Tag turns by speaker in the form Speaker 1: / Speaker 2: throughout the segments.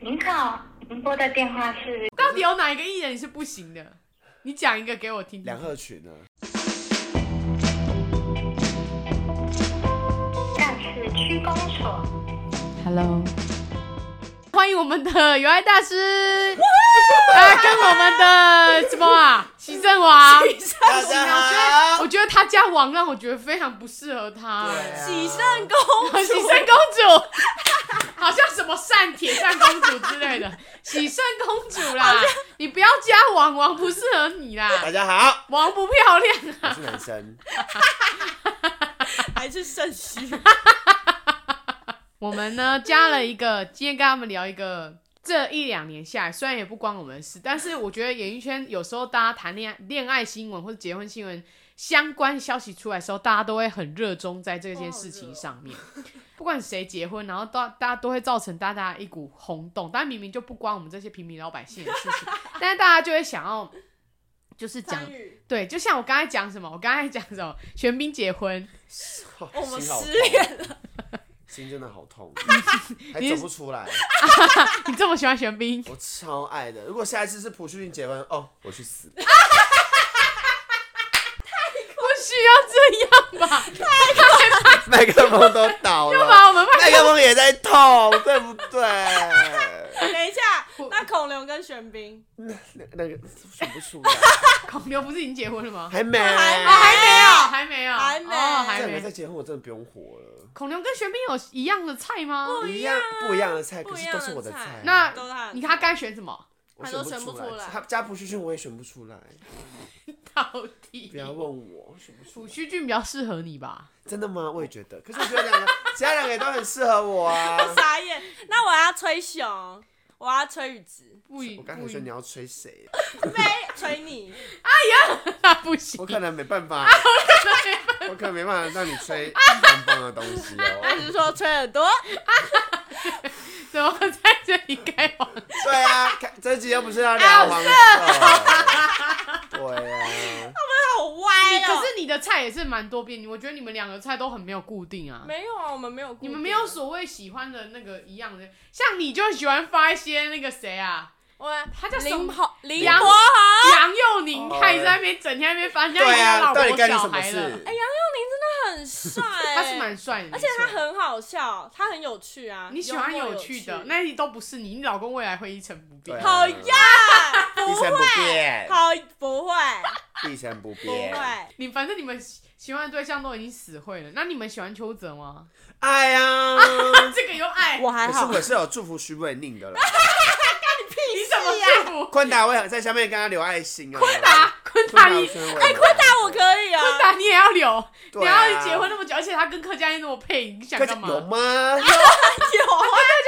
Speaker 1: 您好，您拨的电话是
Speaker 2: 到底有哪一个艺人你是不行的？你讲一个给我听听。
Speaker 3: 梁鹤群呢？
Speaker 1: 干事区公所。
Speaker 4: Hello，
Speaker 2: 欢迎我们的有爱大师，来跟我们的什么啊，徐振华。
Speaker 3: 大家好，
Speaker 2: 我觉得他家王让我觉得非常不适合他，哎
Speaker 4: 喜善公
Speaker 2: 喜胜公主，好像什么善铁扇公主之类的，喜胜公主啦，你不要加王，王不适合你
Speaker 3: 大
Speaker 2: 啦，
Speaker 3: 家好，
Speaker 2: 王不漂亮
Speaker 3: 我
Speaker 2: 啊，
Speaker 3: 是男 生，
Speaker 4: 还是肾虚，
Speaker 2: 我们呢加了一个，今天跟他们聊一个。这一两年下来，虽然也不关我们的事，但是我觉得演艺圈有时候大家谈恋爱、恋爱新闻或者结婚新闻相关消息出来的时候，大家都会很热衷在这件事情上
Speaker 4: 哦
Speaker 2: 面。 不管谁结婚，然后到大家都会造成大家一股轰动，但明明就不关我们这些平民老百姓的事 情，但是大家就会想要就是讲
Speaker 4: 参与
Speaker 2: 对，就像我刚才讲什么，我刚才讲什么，玄彬结婚，
Speaker 3: 哦
Speaker 4: 我们
Speaker 3: 心好痛
Speaker 4: 失恋了，
Speaker 3: 心真的好 痛，还走不出来，
Speaker 2: 你这么喜欢玄彬，
Speaker 3: 我超爱的。如果下一次是朴叙俊结婚，哦，我去 死，
Speaker 2: 不需要这样吧？
Speaker 3: 麦克风都倒
Speaker 2: 要把
Speaker 3: 了，
Speaker 2: 我们
Speaker 3: 麦克风也在痛，对不对？
Speaker 4: 等一下，那孔刘跟玄彬，
Speaker 3: 那那个数不 出来，
Speaker 2: 孔刘不是已经结婚了吗？
Speaker 3: 还没，
Speaker 4: 还
Speaker 2: 啊，还没有，还没有，
Speaker 4: 还没
Speaker 2: 哦，还
Speaker 3: 再没
Speaker 2: 没
Speaker 3: 再。结婚，我真的不用活了。
Speaker 2: 孔刘跟玄彬有一样的菜吗？
Speaker 3: 一样不一样的菜，
Speaker 4: 不
Speaker 3: 可
Speaker 4: 一
Speaker 3: 是
Speaker 4: 样
Speaker 3: 都是我
Speaker 4: 的菜
Speaker 3: 菜。
Speaker 2: 那
Speaker 4: 都他
Speaker 2: 你看他该选什么？
Speaker 3: 我选
Speaker 4: 他都选不
Speaker 3: 出
Speaker 4: 出来
Speaker 3: 他加朴叙俊我也选不出来。
Speaker 2: 到底
Speaker 3: 不要问我选不出
Speaker 2: 朴
Speaker 3: 来，
Speaker 2: 叙俊比较适合你吧？
Speaker 3: 真的吗？我也觉得，可是我觉得两个 其他两个也都很适合我啊。
Speaker 4: 傻眼。那我要吹熊，我要吹雨植，
Speaker 2: 不一
Speaker 3: 我刚才
Speaker 2: 不
Speaker 3: 说 你
Speaker 2: 一，
Speaker 3: 要吹谁，
Speaker 4: 没吹你，
Speaker 2: 那不行
Speaker 3: 我。可能没办法，我可能没办法让你吹 棒棒的东西
Speaker 4: 他
Speaker 3: 哦。
Speaker 4: 是说吹耳朵，
Speaker 2: 怎么在这里开黄？
Speaker 3: 对啊，看这集又不是要聊黄色，对啊，
Speaker 4: 好歪
Speaker 2: 可
Speaker 4: 哦。
Speaker 2: 是你的菜也是蛮多变，我觉得你们两个菜都很没有固定啊。
Speaker 4: 没有啊，我们没有固定，
Speaker 2: 你们没有所谓喜欢的那个一样的，像你就喜欢发一些那个谁啊，
Speaker 4: 我，
Speaker 2: 他叫什么
Speaker 4: 林豪林
Speaker 2: 杨
Speaker 4: 柏豪。
Speaker 2: 杨佑宁，
Speaker 3: 哦
Speaker 2: 他也在那边整天在那边翻，人家已
Speaker 3: 对
Speaker 2: 经有
Speaker 3: 啊，
Speaker 2: 老
Speaker 3: 到
Speaker 2: 婆
Speaker 3: 底干你
Speaker 2: 小
Speaker 3: 什么
Speaker 2: 孩了
Speaker 3: 事，？
Speaker 4: 哎，杨佑宁真的很帅、
Speaker 2: 他是蛮帅的，
Speaker 4: 而且他
Speaker 2: 没错
Speaker 4: 很好笑，他很有趣啊。
Speaker 2: 你喜欢
Speaker 4: 幽默
Speaker 2: 有
Speaker 4: 有
Speaker 2: 趣的，那你都不是你，你老公未来会一成不变
Speaker 3: 对。啊
Speaker 4: 好呀，
Speaker 3: 一成不变，
Speaker 4: 好不会，
Speaker 3: 一成不
Speaker 4: 不
Speaker 3: 变。
Speaker 4: 会。
Speaker 2: 你反正你们喜喜欢的对象都已经死会了，那你们喜欢邱泽 吗？
Speaker 3: 哎呀，
Speaker 2: 这个有爱，
Speaker 4: 我还
Speaker 3: 可是
Speaker 4: 好，
Speaker 3: 我是有祝福徐伟宁的啦。
Speaker 2: 你怎么祝福？
Speaker 3: 昆达，我也在下面跟他留爱心啊。
Speaker 2: 坤达，坤
Speaker 3: 昆
Speaker 2: 达
Speaker 3: 达
Speaker 2: 你坤
Speaker 3: 我选我，
Speaker 4: 哎，
Speaker 3: 哎
Speaker 4: 坤达我可以啊，
Speaker 2: 达你也要留，你
Speaker 3: 对啊
Speaker 2: 要结婚那么久，而且他跟柯佳嬿那么配，你想
Speaker 3: 可
Speaker 2: 干嘛？
Speaker 3: 有吗？
Speaker 4: 有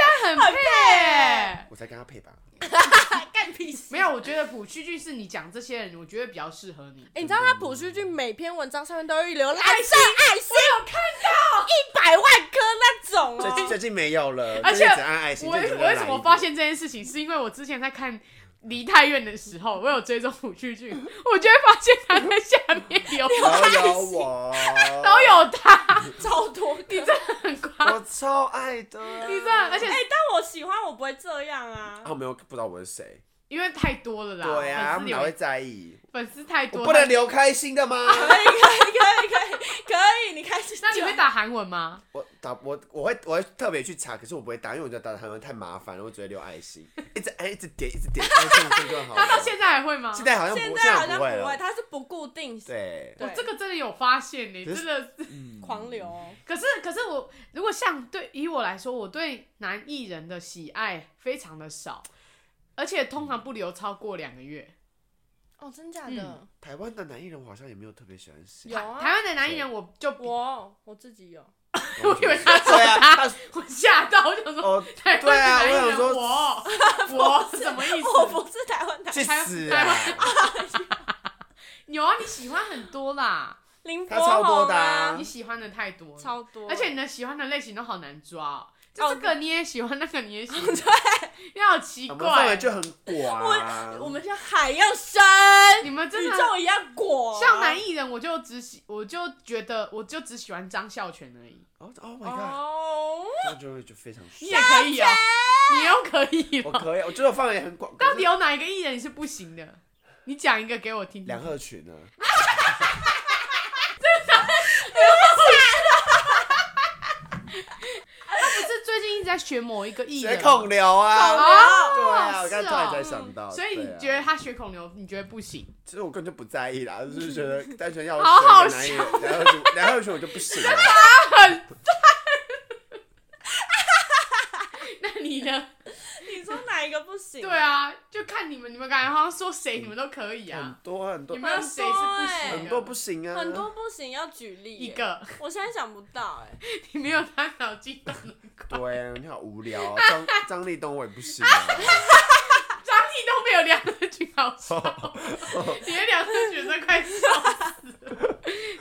Speaker 2: 他很配。
Speaker 3: 我才跟他配吧。
Speaker 4: 啊，干屁事。
Speaker 2: 没有，我觉得朴叙俊是你讲这些人，我觉得比较适合你。
Speaker 4: 哎，你知道他朴叙俊每篇文章上面都会留蓝色爱心，
Speaker 2: 我看到，
Speaker 4: 一百万颗那种
Speaker 3: 最近
Speaker 4: 哦。
Speaker 3: 最近没有了，
Speaker 2: 而且
Speaker 3: 最近只按爱心。
Speaker 2: 我
Speaker 3: 最近只按
Speaker 2: 我为什么
Speaker 3: 来
Speaker 2: 发现这件事情，是因为我之前在看《梨泰院》的时候，我有追踪朴叙俊，我就会发现他在下面 留
Speaker 3: 都
Speaker 2: 言
Speaker 3: 有我，
Speaker 2: 都有啊他，
Speaker 4: 超多个，你
Speaker 2: 很夸张。
Speaker 3: 我超爱的。
Speaker 2: 你知道，而且
Speaker 4: 哎，但我喜欢我不会这样啊。
Speaker 3: 他们又不知道我是谁，
Speaker 2: 因为太多了啦，
Speaker 3: 对啊，他
Speaker 2: 粉丝
Speaker 3: 们哪会
Speaker 2: 留
Speaker 3: 在意？
Speaker 2: 粉丝太多，
Speaker 3: 我不能
Speaker 2: 他。
Speaker 3: 留开心的吗？
Speaker 4: 可以可以可以可以可以，你开始。
Speaker 2: 那你会？打韩文吗？
Speaker 3: 我打我我会我会特别去查，可是我不会打，因为我觉得打台湾太麻烦了，我只会留爱心，一直哎按一直点一 直点，这样这样就好了。
Speaker 2: 他到现在还会吗？
Speaker 3: 现在好像不
Speaker 4: 现在好
Speaker 3: 在
Speaker 4: 像
Speaker 3: 不
Speaker 4: 不
Speaker 3: 会
Speaker 4: 会，
Speaker 3: 了，
Speaker 4: 他是不固定
Speaker 3: 对，嗯
Speaker 2: 我
Speaker 4: 对
Speaker 2: 这个真的有发现呢、
Speaker 3: 可是
Speaker 2: 真的是。
Speaker 4: 狂流哦。
Speaker 2: 可是，可是我如果像对以我来说，我对男艺人的喜爱非常的少，而且通常不留超过两个月。
Speaker 4: 哦，真假
Speaker 2: 嗯
Speaker 4: 的？
Speaker 3: 台湾的男艺人我好像也没有特别喜欢谁。
Speaker 4: 有
Speaker 2: 台
Speaker 4: 啊，
Speaker 2: 湾的男艺人 我就不，
Speaker 4: 我我自己有。
Speaker 2: 我以为他说
Speaker 3: 对啊
Speaker 2: 他，我吓到，我想说，
Speaker 3: 哦，
Speaker 2: 台湾的男艺
Speaker 3: 对
Speaker 2: 人
Speaker 3: 啊我想
Speaker 2: 我我什么意思？
Speaker 4: 我不是台湾男
Speaker 3: 去死
Speaker 2: 台
Speaker 3: 啊！
Speaker 2: 有啊，你喜欢很多啦，
Speaker 4: 林
Speaker 3: 他超
Speaker 4: 柏
Speaker 3: 多
Speaker 4: 宏
Speaker 3: 的啊
Speaker 4: 啊
Speaker 2: 你，喜欢的太多了，
Speaker 4: 超多，
Speaker 2: 而且你的喜欢的类型都好难抓、哦，就这个你也喜欢，那个你也喜欢，你好奇
Speaker 3: 我们范
Speaker 2: 怪
Speaker 3: 围，就很广啊。
Speaker 4: 我们像海一样深，
Speaker 2: 你们真
Speaker 4: 宇
Speaker 2: 的
Speaker 4: 宙一样广，啊
Speaker 2: 像男艺人，我就只喜，我就觉得我就只喜欢张孝全而已，
Speaker 3: 哦，Oh my god，
Speaker 4: 哦，
Speaker 3: 这样就会就非常
Speaker 2: 你也可以哦、你又可以
Speaker 3: 我
Speaker 2: 哦、
Speaker 3: 可以，我觉得我范围很广。
Speaker 2: 到底有哪一个艺人你是不行的？你讲一个给我听听
Speaker 3: 梁。鹤群呢？
Speaker 2: 啊不是最近一直在学某一个艺
Speaker 3: 学
Speaker 2: 人，
Speaker 3: 孔流啊，
Speaker 2: 哦
Speaker 3: 对啊，我
Speaker 2: 是
Speaker 3: 刚才突
Speaker 2: 哦
Speaker 3: 然才想到。
Speaker 2: 所以
Speaker 3: 对啊
Speaker 2: 你觉得他学孔牛，你觉得不行？
Speaker 3: 其实我根本就不在意 啦，就是觉得单纯要
Speaker 2: 好好哦
Speaker 3: 学一个男演员，梁鹤群，梁鹤群我就不行啊了。
Speaker 2: 那你呢？
Speaker 4: 你说哪一个不行？
Speaker 2: 对，啊，就看你们，你们感觉好像说谁你们都可以
Speaker 3: 很
Speaker 2: 啊，
Speaker 3: 多很多
Speaker 2: 你们有谁是不行的？
Speaker 3: 很多不行啊，
Speaker 4: 很多不行，要举例
Speaker 2: 一
Speaker 4: 耶，
Speaker 2: 个，
Speaker 4: 我现在想不到哎。
Speaker 2: 你没有他脑筋动。
Speaker 3: 对啊，你好无聊 啊，张张立东我也不行啊，
Speaker 2: 张力都没有梁德群
Speaker 3: 哦
Speaker 2: 好笑，哦你的梁德群真快笑死了。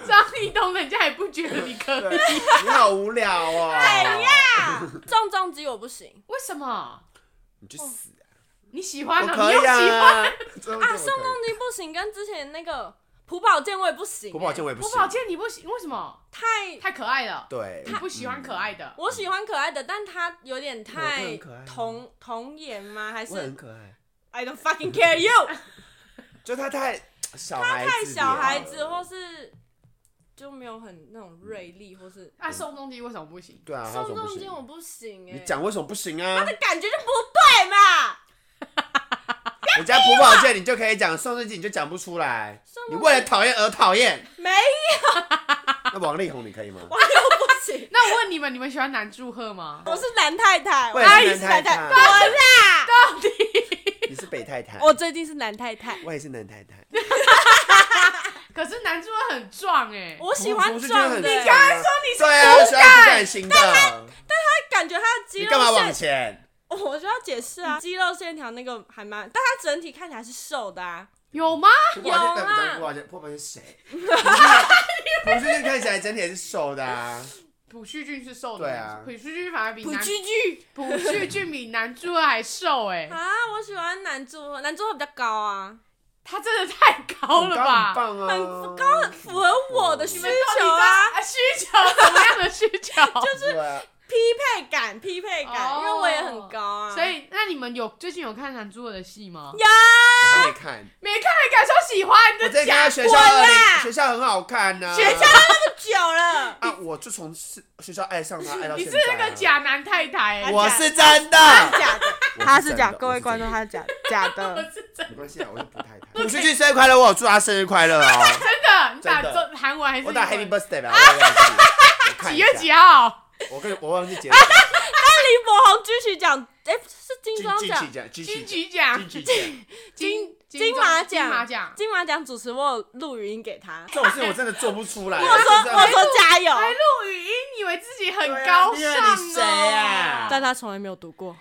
Speaker 2: 张立东人家也不觉得你可以，
Speaker 3: 对啊你好无聊哦。哎呀，
Speaker 4: 重重击我不行
Speaker 2: 为什么？
Speaker 3: 你去死啊！
Speaker 2: 你喜欢
Speaker 3: 我
Speaker 2: 呢、
Speaker 3: 可
Speaker 2: 你又
Speaker 3: 以
Speaker 2: 喜欢？
Speaker 3: 啊，真的
Speaker 4: 啊，
Speaker 3: 我
Speaker 4: 宋
Speaker 3: 可以
Speaker 4: 仲基不行，跟之前那个朴宝剑我也不行耶，欸
Speaker 3: 朴宝剑我也不
Speaker 2: 朴
Speaker 3: 行，
Speaker 2: 宝剑你不喜，为什么？
Speaker 4: 太，
Speaker 2: 太可爱了，
Speaker 3: 对，嗯
Speaker 2: 你不喜欢可爱的。
Speaker 4: 我喜欢可爱的，但他有点
Speaker 3: 我
Speaker 4: 太
Speaker 3: 不能可爱吗
Speaker 4: 童童颜吗？还
Speaker 3: 我很
Speaker 4: 是
Speaker 3: 可爱，
Speaker 4: I don't fucking care you？
Speaker 3: 就他太小孩子，
Speaker 4: 太小孩
Speaker 3: 啊
Speaker 4: 子，或是就没有很那种锐利，或是
Speaker 2: 那、啊宋仲基为什么不行？。
Speaker 3: 对啊，他
Speaker 4: 宋
Speaker 3: 怎么不
Speaker 4: 仲基我
Speaker 3: 行？
Speaker 4: 不行哎、
Speaker 3: 你讲为什么不行啊？
Speaker 4: 感觉就不对嘛。啊
Speaker 3: 人家朴宝剑你就可以讲，宋仲基你就讲不出来
Speaker 4: 宋，仲基
Speaker 3: 你为了讨厌而讨厌。
Speaker 4: 没，
Speaker 3: 那王力宏你可以吗？
Speaker 4: 我又不行
Speaker 2: 那我问你们，你们喜欢南柱赫吗？
Speaker 4: 我是蓝太太，
Speaker 3: 我
Speaker 4: 我
Speaker 3: 也是
Speaker 4: 阿姨是
Speaker 3: 蓝
Speaker 4: 蓝
Speaker 3: 太太
Speaker 4: 太太，我
Speaker 2: 啊
Speaker 4: 啦，
Speaker 3: 你是北太太，
Speaker 4: 我最近是蓝太太，
Speaker 3: 我也是南太太。
Speaker 2: 可是南柱赫很壮哎、
Speaker 4: 我喜
Speaker 3: 我
Speaker 4: 欢
Speaker 3: 是觉得
Speaker 4: 壮
Speaker 3: 很
Speaker 4: 的。
Speaker 3: 刚才说你是对啊，我喜欢不敢行的，
Speaker 4: 感觉他的肌
Speaker 3: 你
Speaker 4: 肉
Speaker 3: 干嘛往
Speaker 4: 线，
Speaker 3: 前？
Speaker 4: 我就要解释
Speaker 2: 嗯
Speaker 4: 啊，肌肉线条那个还蛮，但他整体看起来是瘦的啊。
Speaker 2: 有吗？
Speaker 3: 朴宝剑对
Speaker 4: 有啊
Speaker 3: 不对？朴宝剑，朴宝剑是谁？ 朴叙俊看起来整体也是瘦的啊，
Speaker 2: 朴叙俊是瘦的，
Speaker 3: 对啊
Speaker 2: 朴叙俊反而比
Speaker 4: 朴
Speaker 2: 南
Speaker 4: 居居
Speaker 2: 朴叙俊比南柱赫还瘦 哎、
Speaker 4: 啊，我喜欢男主播，男主播比较高啊，
Speaker 2: 他真的太高了吧？
Speaker 3: 很棒啊，
Speaker 4: 很高，很符合我的需求啊。
Speaker 2: 啊，需求什么样的需 求？ 就
Speaker 3: 对啊，
Speaker 4: 匹配感，匹配感，
Speaker 2: 哦
Speaker 4: 因为我也很高啊。
Speaker 2: 所以，那你们有最近有看男主播的戏吗？
Speaker 3: 我还没看，
Speaker 2: 没看还敢说喜欢？
Speaker 3: 我
Speaker 2: 你真
Speaker 3: 在
Speaker 2: 假？
Speaker 3: 看学校二零，学校很好看呐，
Speaker 4: 学校那么久了，
Speaker 3: 啊，我就从是学校爱上他，爱 到
Speaker 2: 你
Speaker 3: 现
Speaker 2: 是
Speaker 3: 在。啊
Speaker 2: 那个，假男太太、欸，
Speaker 3: 我是真的，
Speaker 4: 假的，他是假，各位观众，
Speaker 3: 我
Speaker 4: 他是假假
Speaker 2: 我
Speaker 4: 的。
Speaker 2: 是真
Speaker 3: 是真的，没关系啊，我是不太太。朴叙俊生日快乐，我有祝他生日快乐 哦。
Speaker 2: 真的。你打
Speaker 3: 真的
Speaker 2: 中韩文还是
Speaker 3: 我打
Speaker 2: 英
Speaker 3: Happy
Speaker 2: 文
Speaker 3: Birthday 吧，我忘记我看
Speaker 2: 几
Speaker 3: 一下
Speaker 2: 月几号？
Speaker 3: 我跟我忘记结 了。
Speaker 4: 那林柏宏金曲奖，哎，是金
Speaker 3: 金
Speaker 4: 钟
Speaker 3: 金
Speaker 4: 奖
Speaker 3: 曲、奖，金
Speaker 2: 金
Speaker 3: 曲
Speaker 2: 曲奖、
Speaker 3: 金曲奖，
Speaker 2: 金
Speaker 4: 金马
Speaker 2: 金
Speaker 4: 奖、
Speaker 2: 马奖，
Speaker 4: 金马奖主持，我有录语音 给他。
Speaker 3: 这种事情我真的做不出
Speaker 2: 哎
Speaker 3: 来。
Speaker 4: 我说，我说加
Speaker 2: 还
Speaker 4: 油，
Speaker 2: 录语音，以为自己很高
Speaker 3: 对
Speaker 2: 尚
Speaker 3: 啊
Speaker 2: 哦。
Speaker 3: 你以为 你谁啊
Speaker 4: 但他从来没有读过。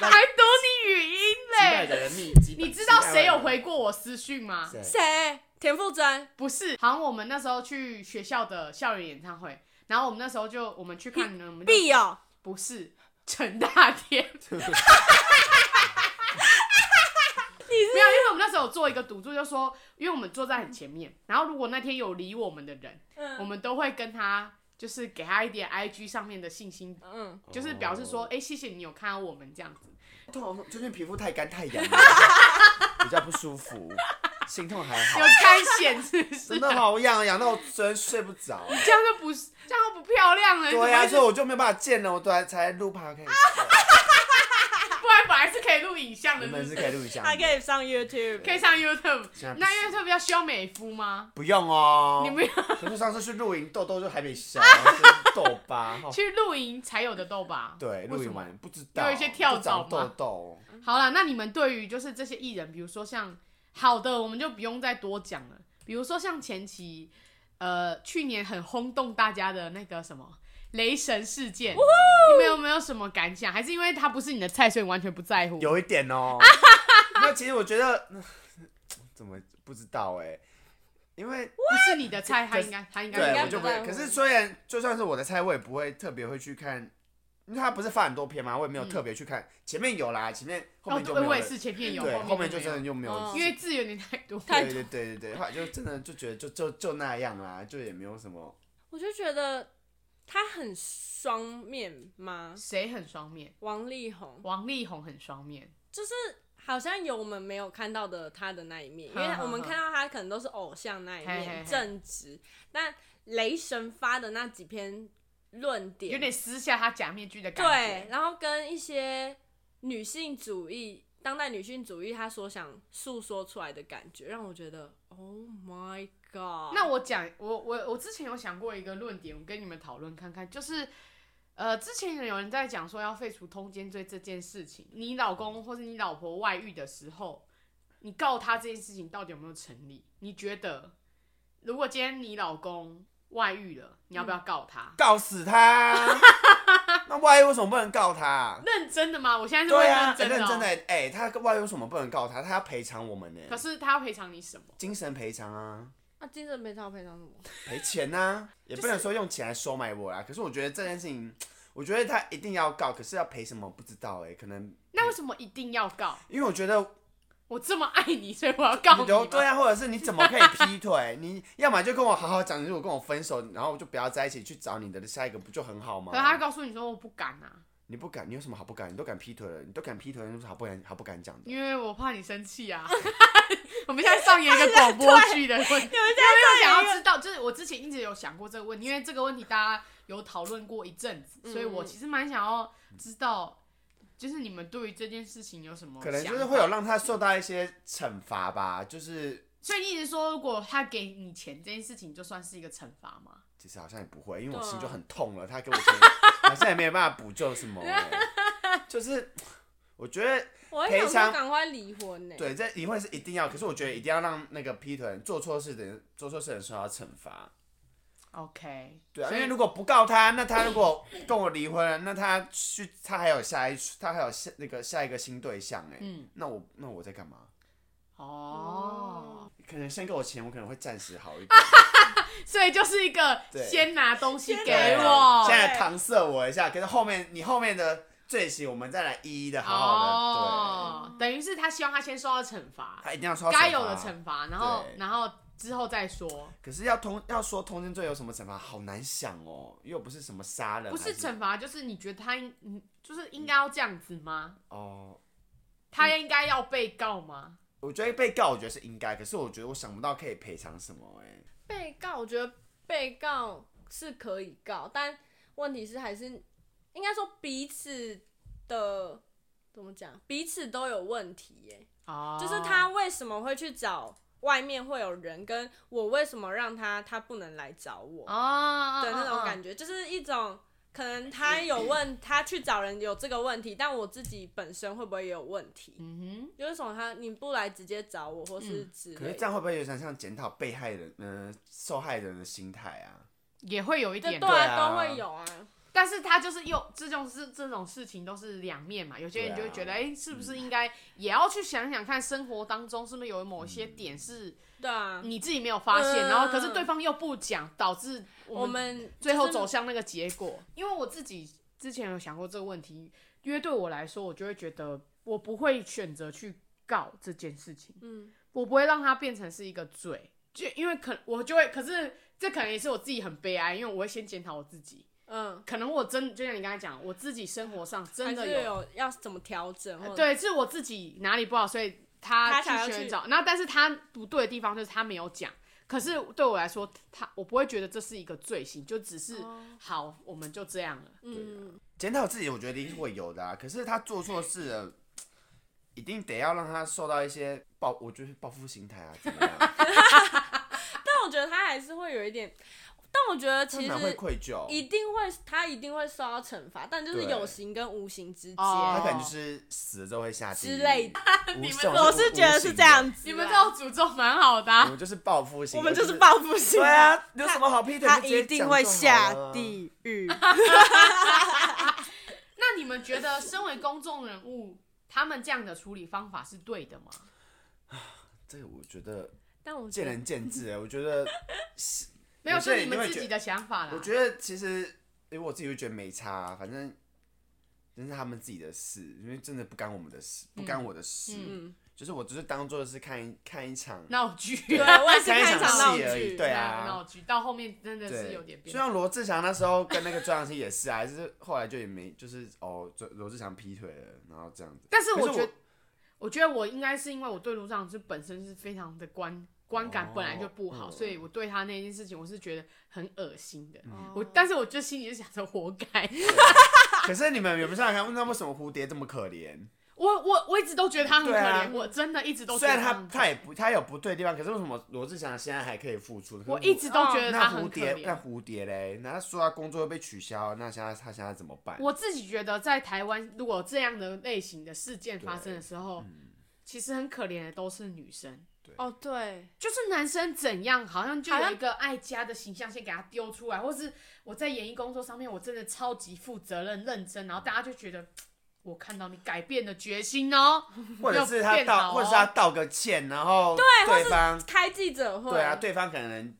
Speaker 2: 还读你语音
Speaker 3: 几百
Speaker 2: 嘞？
Speaker 3: 个人秘籍，
Speaker 2: 你知道谁有回过我私讯吗？
Speaker 3: 谁
Speaker 4: 谁？田馥甄。
Speaker 2: 不是，好像我们那时候去学校的校园演唱会，然后我们那时候就我们去看我们就
Speaker 4: 必有，
Speaker 2: 不是陈大 天，没有，因为我们那时候有做一个赌注，就说因为我们坐在很前面，然后如果那天有理我们的人，我
Speaker 4: 嗯
Speaker 2: 们都会跟他就是给他一点 IG 上面的信心，
Speaker 4: 嗯，
Speaker 2: 就是表示说，哎、谢谢你有看到我们这样子。
Speaker 3: 通常最近皮肤太干太痒了， 比较不舒服，心痛还好
Speaker 2: 有。干显是啊不是
Speaker 3: 真？的好痒，痒到我昨天睡不 着。
Speaker 2: 这样就不是，这样就不漂亮了。
Speaker 3: 对呀、
Speaker 2: 哎你怎
Speaker 3: 所以
Speaker 2: 么
Speaker 3: 我就没有办法见了，我才才录 p o
Speaker 2: 会
Speaker 3: d
Speaker 2: 不然本来是可以录影像的，是
Speaker 3: 你们
Speaker 2: 不
Speaker 3: 是
Speaker 2: 是？
Speaker 3: 可以录一下，
Speaker 4: 还可以上 YouTube。
Speaker 2: 可以上 YouTube，
Speaker 3: 现在不行
Speaker 2: 那 YouTube 要修美肤吗？
Speaker 3: 不用哦。
Speaker 2: 你们
Speaker 3: 可是上次去露营，痘痘就还没消，痘 疤。哈
Speaker 2: 去露营才有的痘吧？
Speaker 3: 对，露
Speaker 2: 为什
Speaker 3: 营
Speaker 2: 么？
Speaker 3: 完不知道
Speaker 2: 有一些跳蚤
Speaker 3: 长
Speaker 2: 吗
Speaker 3: 痘痘。
Speaker 2: 好了，那你们对于就是这些艺人，比如说像好的，我们就不用再多讲了。比如说像前期，呃，去年很轰动大家的那个什么雷神事件，你们有没有什么感想？还是因为他不是你的菜，所以你完全不在乎？
Speaker 3: 有一 点哦。那其实我觉得， 嗯怎么不知道哎、因为
Speaker 2: 不是你的菜，他应该他应该
Speaker 3: 对
Speaker 2: 不
Speaker 3: 我
Speaker 2: 会
Speaker 3: 就不
Speaker 4: 不
Speaker 3: 会。
Speaker 4: 在乎
Speaker 3: 可是虽然就算是我的菜，我也不会特别会去看因为它不是发很多篇嘛，我也没有特别去看，前面有啦，前面
Speaker 2: 嗯
Speaker 3: 后
Speaker 2: 哦，
Speaker 3: 面就
Speaker 2: 对，
Speaker 3: 没有了。
Speaker 2: 我也是前面有，
Speaker 3: 对，后面就
Speaker 2: 没有嗯
Speaker 3: 真的就没有。
Speaker 4: 哦
Speaker 2: 因为字有点太多。
Speaker 4: 太
Speaker 3: 对对对对对，后来就真的就觉得就就就那样啦，就也没有 什么。
Speaker 4: 我就觉得他很双面吗？
Speaker 2: 谁很双面？
Speaker 4: 王力宏
Speaker 2: 王力宏很双面，
Speaker 4: 就是好像有我们没有看到的他的那一面，因
Speaker 2: 哼
Speaker 4: 为
Speaker 2: 哼哼
Speaker 4: 我们看到他可能都是偶像那一
Speaker 2: 嘿嘿嘿
Speaker 4: 面正直，但雷神发的那几篇论点
Speaker 2: 有点撕下他假面具的感
Speaker 4: 对，
Speaker 2: 觉。
Speaker 4: 然后跟一些女性主义、当代女性主义，她所想诉说出来的感觉，让我觉得 Oh my God！
Speaker 2: 那我讲，我我我之前有想过一个论点，我跟你们讨论看看，就是。呃，之前有人在讲说要废除通奸罪这件事情，你老公或是你老婆外遇的时候，你告他这件事情到底有没有成立？你觉得，如果今天你老公外遇了，你要不要
Speaker 3: 嗯
Speaker 2: 告他？
Speaker 3: 告死他！ 那外遇为什么不能告 他？啊
Speaker 2: 认真的吗？我现在是问
Speaker 3: 对啊，
Speaker 2: 认
Speaker 3: 欸
Speaker 2: 真的、
Speaker 3: 认
Speaker 2: 哦
Speaker 3: 真的欸，哎、他外遇为什么不能告他？他要赔偿我们呢、
Speaker 2: 可是他要赔偿你什么？
Speaker 3: 精神赔偿啊，
Speaker 4: 那精神赔偿赔偿什么？
Speaker 3: 赔钱呐、也不能说用钱来收买我啦。可是我觉得这件事情，我觉得他一定要告，可是要赔什么不知道哎、可能
Speaker 2: 那为什么一定要告？
Speaker 3: 因为我觉得
Speaker 2: 我这么爱你，所以我要告你
Speaker 3: 有
Speaker 2: 吗。
Speaker 3: 对啊，或者是你怎么可以劈腿？你要么就跟我好好讲，如果跟我分手，然后我就不要在一起，去找你的下一个，不就很好吗
Speaker 2: 可？是他告诉你说我不敢啊，
Speaker 3: 你不敢，你有什么好不敢？你都敢劈腿了，你都敢劈腿，你有什么好不敢好不敢讲的？
Speaker 2: 因为我怕你生气 啊。我们现在上演一个广播剧的问 题，因为想要知道，就是我之前一直有想过这个问题，因为这个问题大家有讨论过一阵子，所以我其实蛮想要知道，就是你们对于这件事情有什么
Speaker 3: 可能就
Speaker 2: 想
Speaker 3: 是
Speaker 2: 法
Speaker 3: 会有，让他受到一些惩罚吧，就是
Speaker 2: 所以你一直说，如果他给你钱这件事情，就算是一个惩罚吗？
Speaker 3: 其实好像也不会，因为我
Speaker 4: 对啊
Speaker 3: 心就很痛了，他给我钱好像也没有办法补救什么欸、 就是我觉得
Speaker 4: 我会想
Speaker 3: 赔偿
Speaker 4: 说赶快离婚呢、
Speaker 3: 对这离婚是一定要，可是我觉得一定要让那个劈腿人做错事的人做错事的人受到惩罚。
Speaker 2: ？OK，
Speaker 3: 对啊，
Speaker 2: 所
Speaker 3: 因
Speaker 2: 以
Speaker 3: 为如果不告他，那他如果跟我离婚了，那他去他还有下一他还有下那个下一个新对象哎、
Speaker 2: 嗯
Speaker 3: 那我那我在干嘛？
Speaker 2: 哦，
Speaker 3: 可能先给我钱，我可能会暂时好一点。
Speaker 2: 啊所以就是一个
Speaker 3: 对
Speaker 2: 先拿东西给
Speaker 3: 对啊
Speaker 2: 我，
Speaker 3: 现在搪塞我一下，可是后面你后面的罪行，我们再来一一的好好的。对，
Speaker 2: 哦，等于是他希望他先受到惩罚，
Speaker 3: 他一定要受到
Speaker 2: 该有的
Speaker 3: 罚
Speaker 2: 惩罚，然后
Speaker 3: 对
Speaker 2: 然后之后再说，
Speaker 3: 可是要通要说通奸罪有什么惩罚，好难想哦，又不是什么杀人，
Speaker 2: 不是
Speaker 3: 还
Speaker 2: 惩罚，就是你觉得他应嗯就是应该要这样子吗？
Speaker 3: 哦。
Speaker 2: 他应该要被告吗？
Speaker 3: 我觉得被告，我觉得是应该，可是我觉得我想不到可以赔偿什么哎、
Speaker 4: 被告，我觉得被告是可以告，但问题是还是应该说彼此的怎么讲，彼此都有问题耶、
Speaker 2: 哦，
Speaker 4: 就是他为什么会去找外面会有人，跟我为什么让他他不能来找我的
Speaker 2: 哦
Speaker 4: 那种感
Speaker 2: 觉，
Speaker 4: 觉，就是一种可能他有问他去找人有这个问题，但我自己本身会不会也有问题？
Speaker 2: 嗯哼，
Speaker 4: 就是什么他你不来直接找我，或是之
Speaker 3: 可是
Speaker 4: 类
Speaker 3: 这
Speaker 4: 的。
Speaker 3: 样会不会有点像检讨被害人，嗯、受害人的心态啊？
Speaker 2: 也会有一
Speaker 4: 对
Speaker 2: 点，
Speaker 4: 啊，
Speaker 3: 啊
Speaker 4: 都会有啊。
Speaker 2: 但是他就是又这种事这种事情都是两面嘛，有些人就
Speaker 3: 对啊
Speaker 2: 会觉得，哎、是不是应该也要去想想看，生活当中是不是有某些
Speaker 3: 嗯
Speaker 2: 点是
Speaker 4: 对啊，
Speaker 2: 你自己没有发现，
Speaker 4: 嗯
Speaker 2: 然后可是对方又不讲，导致
Speaker 4: 我
Speaker 2: 我们
Speaker 4: 们
Speaker 2: 最后
Speaker 4: 就是
Speaker 2: 走向那个结果。因为我自己之前有想过这个问题，因为对我来说，我就会觉得我不会选择去告这件事情，
Speaker 4: 嗯，
Speaker 2: 我不会让它变成是一个罪，就因为可我就会，可是这可能也是我自己很悲哀，因为我会先检讨我自己，
Speaker 4: 嗯，
Speaker 2: 可能我真就像你刚才讲，我自己生活上真的
Speaker 4: 还是嗯有啊要怎么调整，或者
Speaker 2: 对，是我自己哪里不好，所以他
Speaker 4: 嗯他才要
Speaker 2: 去寻
Speaker 4: 去
Speaker 2: 找。然后，但是他不对的地方就是他没有讲。可是对我来说，他我不会觉得这是一个罪行，就只是、好，我们就这样了。
Speaker 4: 哦嗯，
Speaker 3: 检讨自己，我觉得一定会有的、啊。可是他做错事了，一定得要让他受到一些报，我觉得是报复心态啊，怎么 样？
Speaker 4: 但我觉得他还是会有一点，但我觉得
Speaker 3: 他
Speaker 4: 其实
Speaker 3: 哪会愧疚？
Speaker 4: 一定会，他一定会受到惩罚，但就是
Speaker 3: 对
Speaker 4: 有形跟无形之间、
Speaker 2: 哦
Speaker 3: 他可能就是死了之后会下地狱
Speaker 4: 之类的。
Speaker 3: 无
Speaker 2: 们
Speaker 3: 这种
Speaker 4: 我
Speaker 3: 无
Speaker 4: 是觉得是
Speaker 3: 无
Speaker 4: 这，
Speaker 3: 形
Speaker 4: 样子啊，
Speaker 2: 你们这种诅咒蛮好的、
Speaker 3: 的我
Speaker 2: 啊，
Speaker 3: 们就是报复心，
Speaker 4: 我们就是报复
Speaker 3: 对
Speaker 4: 性，
Speaker 3: 啊，有什么好劈腿？
Speaker 4: 他
Speaker 3: 就直接
Speaker 4: 一定
Speaker 3: 讲就好
Speaker 4: 会
Speaker 3: 了
Speaker 4: 下。地 狱。
Speaker 2: 那你们觉得身为公众人物，他们这样的处理方法是对的吗？
Speaker 3: 这个我觉得
Speaker 4: 但我觉
Speaker 3: 见
Speaker 4: 得
Speaker 3: 仁见智哎，我觉得，
Speaker 2: 没有，
Speaker 3: 有些
Speaker 2: 是
Speaker 3: 人
Speaker 2: 你
Speaker 3: 一定
Speaker 2: 们
Speaker 3: 会
Speaker 2: 自
Speaker 3: 觉
Speaker 2: 己的想法啦。
Speaker 3: 我觉得其实因为我自己会觉得没差啊，反正真是他们自己的事，因为真的不干我们的事，不干我的事，
Speaker 4: 嗯，
Speaker 3: 就是我只是当做是看一看一场
Speaker 2: 闹剧，
Speaker 4: 对，我也是
Speaker 3: 看一
Speaker 4: 看
Speaker 3: 场
Speaker 4: 场闹
Speaker 3: 戏而已
Speaker 4: 剧，
Speaker 3: 对啊
Speaker 2: 闹剧到后面真的是
Speaker 3: 对
Speaker 2: 有点，变
Speaker 3: 就。像罗志祥那时候跟那个周扬青也是啊，还是后来就也没就是哦，周罗志祥劈腿了，然后这样子。
Speaker 2: 但是我
Speaker 3: 可
Speaker 2: 觉得，我觉得我应该是因为我对卢尚是本身是非常的观观感
Speaker 3: 哦
Speaker 2: 本来就不好，
Speaker 3: 嗯
Speaker 2: 所以我对他那件事情我是觉得很恶心的。
Speaker 3: 嗯
Speaker 4: 哦
Speaker 2: 我但是我就心里就想着活该。
Speaker 3: 可是你们有没有想想看，那为什么蝴蝶这么可怜？
Speaker 2: 我我我一直都觉得他很可
Speaker 3: 对
Speaker 2: 怜，
Speaker 3: 啊
Speaker 2: 我真的一直都觉
Speaker 3: 虽
Speaker 2: 得
Speaker 3: 然他
Speaker 2: 很可怜
Speaker 3: 他也不他有不对的地方，可是为什么罗志祥现在还可以付出？
Speaker 2: 我一直都觉得
Speaker 3: 那
Speaker 2: 他
Speaker 3: 蝴
Speaker 2: 很可
Speaker 3: 蝶那
Speaker 2: 怜。
Speaker 3: 蝴蝶嘞，那他说他工作会被取消，那现在他现在怎么办？
Speaker 2: 我自己觉得在台湾，如果这样的类型的事件发生的时候，其实很可怜的都是女生。
Speaker 4: 哦对，
Speaker 2: 就是男生怎样，好像就
Speaker 4: 好
Speaker 2: 有
Speaker 4: 像
Speaker 2: 一个爱家的形象先给他丢出来，或是我在演艺工作上面，我真的超级负责任、认真，然后大家就觉得嘖我看到你改变的决心哦。
Speaker 3: 或者是他
Speaker 2: 要变
Speaker 3: 道，
Speaker 2: 好哦
Speaker 3: 或者是他道个歉，然后对方
Speaker 4: 开记者会，
Speaker 3: 对啊，对方可能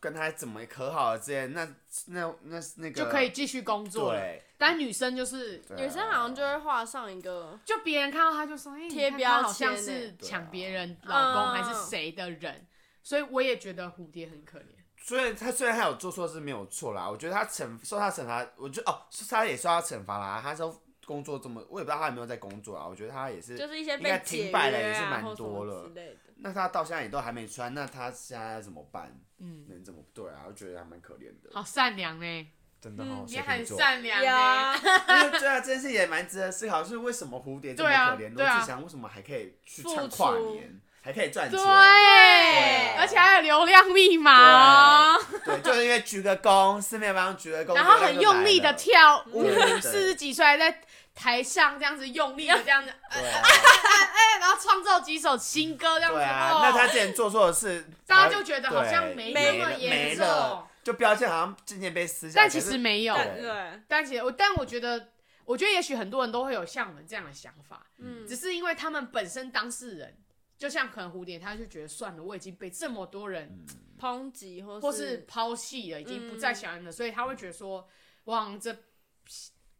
Speaker 3: 跟他怎么和好了之类，那那那那个
Speaker 2: 就可以继续工作了。
Speaker 3: 对，
Speaker 2: 但女生就是，
Speaker 3: 对啊
Speaker 4: 女生好像就会画上一个，
Speaker 2: 就别人看到她就说，哎、你
Speaker 4: 贴
Speaker 2: 看
Speaker 4: 标
Speaker 2: 她好像
Speaker 4: 签欸
Speaker 2: 是
Speaker 3: 对啊
Speaker 2: 抢别人老公
Speaker 4: 嗯
Speaker 2: 还是谁的人，所以我也觉得蝴蝶很可怜。
Speaker 3: 虽然他虽然他有做错事没有错啦，我觉得他惩受他惩罚，我觉得哦，是他也受他惩罚啦。他说工作这么，我也不知道他有没有在工作啊。我觉得他也是，
Speaker 4: 就是一些
Speaker 3: 应该
Speaker 4: 被解
Speaker 3: 停
Speaker 4: 约
Speaker 3: 摆了也是
Speaker 4: 啊
Speaker 3: 蛮
Speaker 4: 或什
Speaker 3: 多
Speaker 4: 么
Speaker 3: 了
Speaker 4: 之类的。
Speaker 3: 那他到现在也都还没穿，那他现在要怎么办？
Speaker 2: 嗯，
Speaker 3: 能怎么对啊？我觉得还蛮可怜的，
Speaker 2: 好善良欸呢，
Speaker 3: 真的哦
Speaker 4: 嗯
Speaker 3: 好、
Speaker 2: 你
Speaker 3: 水
Speaker 2: 很
Speaker 3: 瓶座。
Speaker 2: 善
Speaker 4: 欸
Speaker 2: 良
Speaker 4: 呀
Speaker 2: 呢，，
Speaker 3: 因为对啊，这件事也蛮值得思考，是为什么蝴蝶这么
Speaker 2: 对啊
Speaker 3: 可怜？罗
Speaker 2: 对啊
Speaker 3: 志祥为什么还可以去
Speaker 4: 付
Speaker 3: 唱跨
Speaker 4: 出
Speaker 3: 年，还可以赚钱？
Speaker 2: 对，啊而且还有流量密码哦。
Speaker 3: 对，就是因为鞠个躬，四面八方鞠个躬，
Speaker 2: 然后很用力的
Speaker 3: 流量就来了，
Speaker 2: 跳舞
Speaker 3: 对对，对
Speaker 2: 四十几岁还在台上这样子用力的这样子，
Speaker 3: 对啊，
Speaker 2: 哎，然后创造几首新歌这样子，
Speaker 3: 对啊，
Speaker 2: 哦
Speaker 3: 那他之前做错的事，
Speaker 2: 大家就觉得好像
Speaker 3: 对
Speaker 2: 没
Speaker 4: 那么
Speaker 3: 了
Speaker 2: 严
Speaker 3: 没
Speaker 2: 重
Speaker 3: 了就标签好像渐渐被撕下来。
Speaker 2: 但其实没有，
Speaker 4: 但
Speaker 3: 对
Speaker 4: 对，嗯
Speaker 2: 但其实我但我觉得，我觉得也许很多人都会有像我们这样的想法，
Speaker 4: 嗯
Speaker 2: 只是因为他们本身当事人，就像可能蝴蝶，他就觉得算了，我已经被这么多人
Speaker 4: 抨击或
Speaker 2: 或是抛弃了，已经不
Speaker 4: 嗯
Speaker 2: 再想人了，所以他会觉得说，我好像这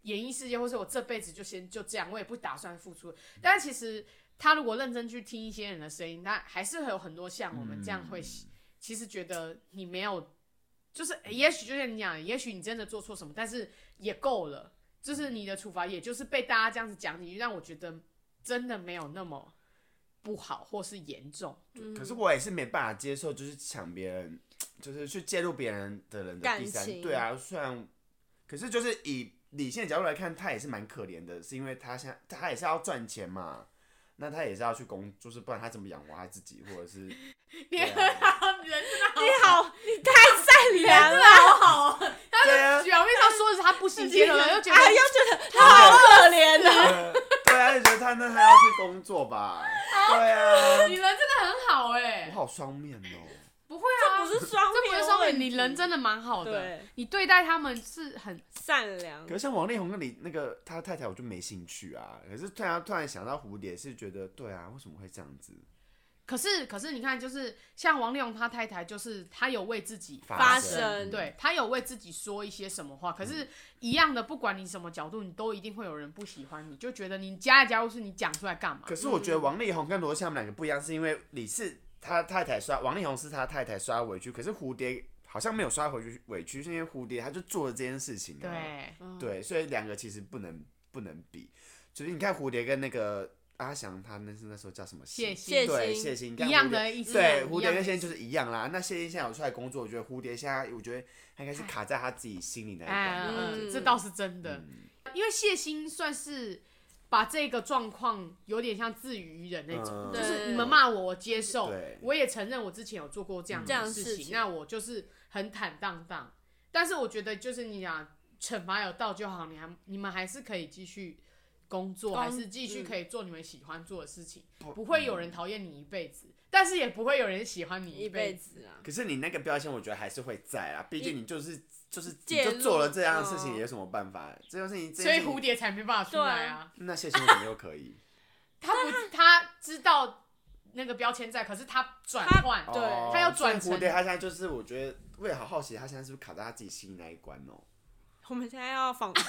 Speaker 2: 演艺世界，或是我这辈子就先就这样，我也不打算付出。但其实他如果认真去听一些人的声音，他还是会有很多像我们这样会，
Speaker 3: 嗯
Speaker 2: 其实觉得你没有，就是也许就像你讲的，也许你真的做错什么，但是也够了，就是你的处罚，也就是被大家这样子讲你，让我觉得真的没有那么不好或是严重。
Speaker 4: 嗯
Speaker 3: 对，可是我也是没办法接受，就是抢别人，就是去介入别人的人的
Speaker 4: 感
Speaker 3: 第三
Speaker 4: 情，
Speaker 3: 对啊，虽然，可是就是以理性的角度来看，他也是蛮可怜的，是因为他现在他也是要赚钱嘛。那他也是要去工，就是不然他怎么养活他自己，或者是
Speaker 2: 你
Speaker 3: 对
Speaker 2: 人
Speaker 3: 啊
Speaker 2: 真的好
Speaker 4: 你好，你太善良了，
Speaker 2: 好好，
Speaker 3: 对啊，
Speaker 2: 表面上说的是他不行接 受，又觉得
Speaker 4: 哎又觉得他好可怜的，
Speaker 3: 呃对啊，就觉得他那他要去工作吧，对啊，
Speaker 2: 你人真的很好哎、
Speaker 3: 我好双面哦、
Speaker 2: 不会啊，
Speaker 4: 不是双
Speaker 2: 这不是说明你人真
Speaker 4: 的
Speaker 2: 的蛮好的
Speaker 4: 对，
Speaker 2: 你对待他们是很
Speaker 4: 善良
Speaker 3: 可，是像王力宏跟你那个他太太，我就没兴趣啊。可是突然突然想到蝴蝶，是觉得对啊，为什么会这样子？
Speaker 2: 可是可是你看，就是像王力宏他太太，就是他有为自己
Speaker 4: 发
Speaker 3: 生
Speaker 4: 生
Speaker 2: 对他有为自己说一些什么话，可是，一样的，不管你什么角度，你都一定会有人不喜欢你，就觉得你加的加入是你讲出来干嘛？
Speaker 3: 可是我
Speaker 2: 嗯
Speaker 3: 觉得王力宏跟罗志祥他们两个不一样，是因为你是他太太刷，王力宏是他太太刷委屈，可是蝴蝶好像没有刷回去委屈，是因为蝴蝶他就做了这件事情、啊。
Speaker 2: 对，
Speaker 4: 哦
Speaker 3: 对，所以两个其实不能不能比。就是你看蝴蝶跟那个阿翔，他那是那时候叫什么
Speaker 2: 谢
Speaker 3: 戏？
Speaker 2: 谢
Speaker 4: 谢
Speaker 3: 对，
Speaker 4: 欣
Speaker 3: 谢欣
Speaker 2: 一样
Speaker 3: 跟蝴
Speaker 2: 的
Speaker 3: 蝶
Speaker 2: 意思，啊
Speaker 3: 对，
Speaker 2: 一
Speaker 3: 蝴蝶
Speaker 2: 样
Speaker 3: 跟
Speaker 2: 的
Speaker 3: 谢
Speaker 2: 意思
Speaker 3: 欣就是一样啦。那谢欣现在有出来工作，我觉得蝴蝶现在，我觉得他应该是卡在他自己心里那一嗯
Speaker 2: 哎
Speaker 3: 关。，
Speaker 4: 嗯
Speaker 2: 这倒是真的，因为谢欣算是把这个状况有点像自娱于人那种，
Speaker 3: 嗯
Speaker 2: 就是
Speaker 4: 对
Speaker 2: 你们骂我，我接受
Speaker 3: 对，
Speaker 2: 我也承认我之前有做过这样
Speaker 4: 这样
Speaker 2: 的
Speaker 4: 的
Speaker 2: 事
Speaker 4: 事
Speaker 2: 情，
Speaker 4: 情
Speaker 2: 那我就是很坦荡荡。但是我觉得就是你讲惩罚有到就好，你还你们还是可以继续工作，
Speaker 4: 工
Speaker 2: 还是继续
Speaker 4: 嗯
Speaker 2: 可以做你们喜欢做的事情，
Speaker 3: 嗯
Speaker 2: 不会有人讨厌你一辈子，但是也不会有人喜欢你
Speaker 4: 一
Speaker 2: 辈
Speaker 4: 辈
Speaker 2: 子。
Speaker 4: 子啊，
Speaker 3: 可是你那个标签，我觉得还是会在啊。毕竟你就是就是你
Speaker 4: 介
Speaker 3: 就做了这样的
Speaker 4: 入
Speaker 3: 事情，
Speaker 4: 嗯
Speaker 3: 有什么办法？这件事情，这
Speaker 2: 所
Speaker 3: 件
Speaker 2: 以
Speaker 3: 事情
Speaker 2: 蝴蝶才没办法出来啊。
Speaker 3: 那谢欣为什么又可以？
Speaker 2: 他不，他知道那个标签在，可是他转换，
Speaker 4: 对
Speaker 3: 哦
Speaker 2: 他要转
Speaker 3: 所以蝴
Speaker 2: 成
Speaker 3: 蝶，他现在就是我觉得，我也好好奇，他现在是不是卡在他自己心里那一关哦？
Speaker 4: 啊我们现在要访私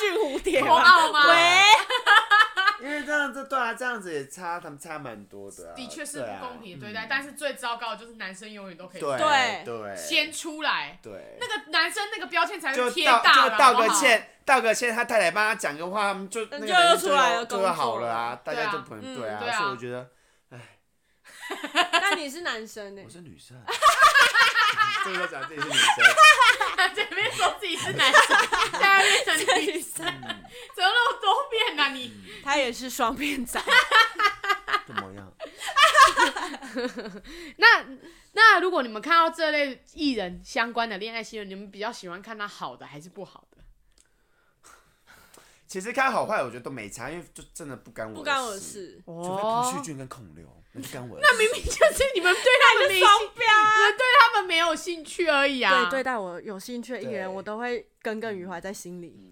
Speaker 4: 讯蝴蝶
Speaker 2: 头
Speaker 4: 吗？
Speaker 2: 傲吗？
Speaker 3: 那啊这样子也差，他们差蛮多的、啊。
Speaker 2: 的确是
Speaker 3: 对啊
Speaker 2: 不公平的对待，但是最糟糕的就是男生永远都可以
Speaker 3: 对
Speaker 4: 对
Speaker 3: 对，
Speaker 2: 先出来，
Speaker 3: 对
Speaker 2: 那个男生那个标签才
Speaker 3: 就
Speaker 2: 会贴
Speaker 3: 道
Speaker 2: 大
Speaker 3: 就
Speaker 2: 了，
Speaker 3: 道
Speaker 2: 好不嗯
Speaker 3: 个
Speaker 2: 好，
Speaker 3: 歉，道个歉，他太太帮他讲个话，他们就那
Speaker 4: 那
Speaker 3: 个
Speaker 4: 就
Speaker 3: 人
Speaker 4: 又出来了
Speaker 3: 就
Speaker 4: 工
Speaker 3: 就
Speaker 4: 作
Speaker 3: 好了啊，大
Speaker 2: 对
Speaker 3: 家
Speaker 2: 啊
Speaker 3: 就朋
Speaker 4: 嗯
Speaker 3: 对啊，
Speaker 2: 对啊
Speaker 3: 所以我觉得
Speaker 4: 但你是男生呢、欸
Speaker 3: 我是女生， 这个讲自己是女生，
Speaker 2: 前面说自己是男生，现在变成女生，
Speaker 3: 嗯
Speaker 2: 怎么那么多变呢、啊？你
Speaker 4: 他也是双面仔。
Speaker 3: 怎么样？
Speaker 2: 嗯那那如果你们看到这类艺人相关的恋爱新闻，你们比较喜欢看他好的还是不好的？
Speaker 3: 其实看好坏，我觉得都没差，因为就真的不干我
Speaker 4: 不干我
Speaker 3: 的
Speaker 4: 的，事，
Speaker 3: 除非
Speaker 2: 哦，
Speaker 3: 朴叙俊跟孔刘，那就干我的事。那
Speaker 2: 明明就是你们对他们没兴，
Speaker 4: 双标啊！
Speaker 2: 你们对他们没有兴趣而已啊。
Speaker 4: 对对待我有兴趣的艺
Speaker 3: 对
Speaker 4: 人，我都会耿耿于怀在心里。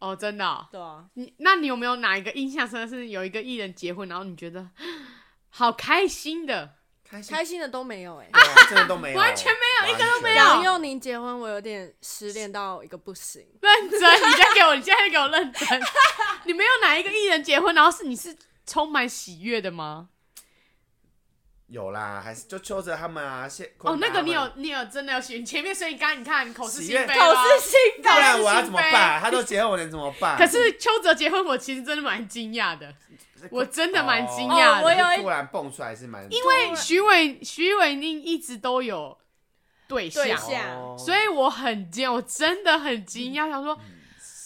Speaker 2: 哦，真的哦、
Speaker 4: 对啊，
Speaker 2: 你那你有没有哪一个印象深的是有一个艺人结婚，然后你觉得 好开心的？
Speaker 3: 开心
Speaker 4: 开心的都没有哎、
Speaker 3: 对啊真的都没有，
Speaker 2: 完全没有一个都没有
Speaker 4: 杨佑宁结婚，我有点失恋到一个不行。
Speaker 2: 认真，你再给我，你现在给我认 真。你没有哪一个艺人结婚，然后是你是充满喜悦的吗？
Speaker 3: 有啦，还是就揪着他们啊，谢
Speaker 2: 哦，那个你。
Speaker 3: 坤达他
Speaker 2: 有，
Speaker 3: 们
Speaker 2: 你有真的有喜悦。你前面所以你刚刚你看你口是
Speaker 3: 喜
Speaker 2: 心
Speaker 3: 悦
Speaker 2: 非
Speaker 4: 口
Speaker 2: 吧，
Speaker 4: 是心
Speaker 3: 不
Speaker 4: 非，
Speaker 3: 然我要怎么办？他都结婚，我能怎么办？
Speaker 2: 可是邱泽结婚，我其实真的蛮惊讶的。我真的蛮惊
Speaker 3: 哦
Speaker 4: 讶的
Speaker 3: 我
Speaker 4: 有一
Speaker 3: 突然蹦出来是蛮，因
Speaker 2: 因为徐伟徐伟宁一直都有对象，
Speaker 4: 对象
Speaker 3: 哦
Speaker 2: 所以我很惊，我真的很惊
Speaker 3: 嗯
Speaker 2: 讶，想说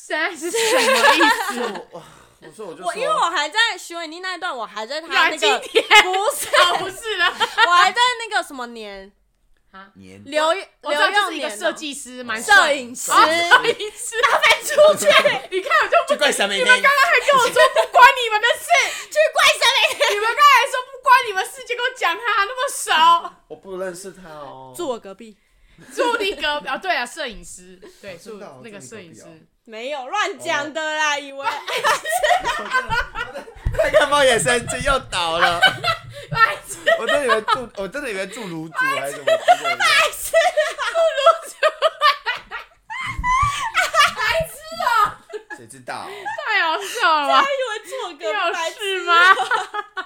Speaker 2: 现在是什么意思？
Speaker 3: 我我我说我就
Speaker 4: 我因为
Speaker 3: 说
Speaker 4: 我还在徐伟宁那一段，我还在他
Speaker 2: 来
Speaker 4: 那
Speaker 2: 今
Speaker 4: 个
Speaker 2: 天
Speaker 4: 不是，
Speaker 2: 啊，不是 了，
Speaker 4: 我还在那个什么年
Speaker 3: 年
Speaker 4: 刘刘
Speaker 2: 我知道就
Speaker 4: 佑
Speaker 2: 是一
Speaker 4: 年
Speaker 2: 个
Speaker 4: 哦
Speaker 2: 设计师，蛮帅的
Speaker 4: 摄影师，
Speaker 2: 啊，摄影师， 他才出去，你看我就不
Speaker 3: 就怪小美
Speaker 2: 你们刚刚还跟我说不关你们的 事，
Speaker 4: 去怪谁？
Speaker 2: 你们刚才说不关你们事，结果讲他那么少。
Speaker 3: 我不认识他哦，
Speaker 4: 住我隔壁，
Speaker 2: 住你隔 壁啊，对啊，摄影师，对，
Speaker 3: 真
Speaker 2: 住
Speaker 3: 的哦
Speaker 2: 那个
Speaker 3: 住
Speaker 2: 摄
Speaker 3: 你
Speaker 2: 影
Speaker 3: 隔壁
Speaker 2: 师
Speaker 3: 哦，
Speaker 4: 没有乱讲的啦，以为
Speaker 3: 快看猫眼神经又倒了，
Speaker 2: 白痴，
Speaker 3: 我真的以为住，我真的以为住卤煮还是什么之类的，
Speaker 2: 白痴哦，
Speaker 3: 谁知道？
Speaker 2: 太好笑了 吧？
Speaker 4: 以为住我隔
Speaker 2: 你有
Speaker 4: 壁白痴，
Speaker 2: 事吗？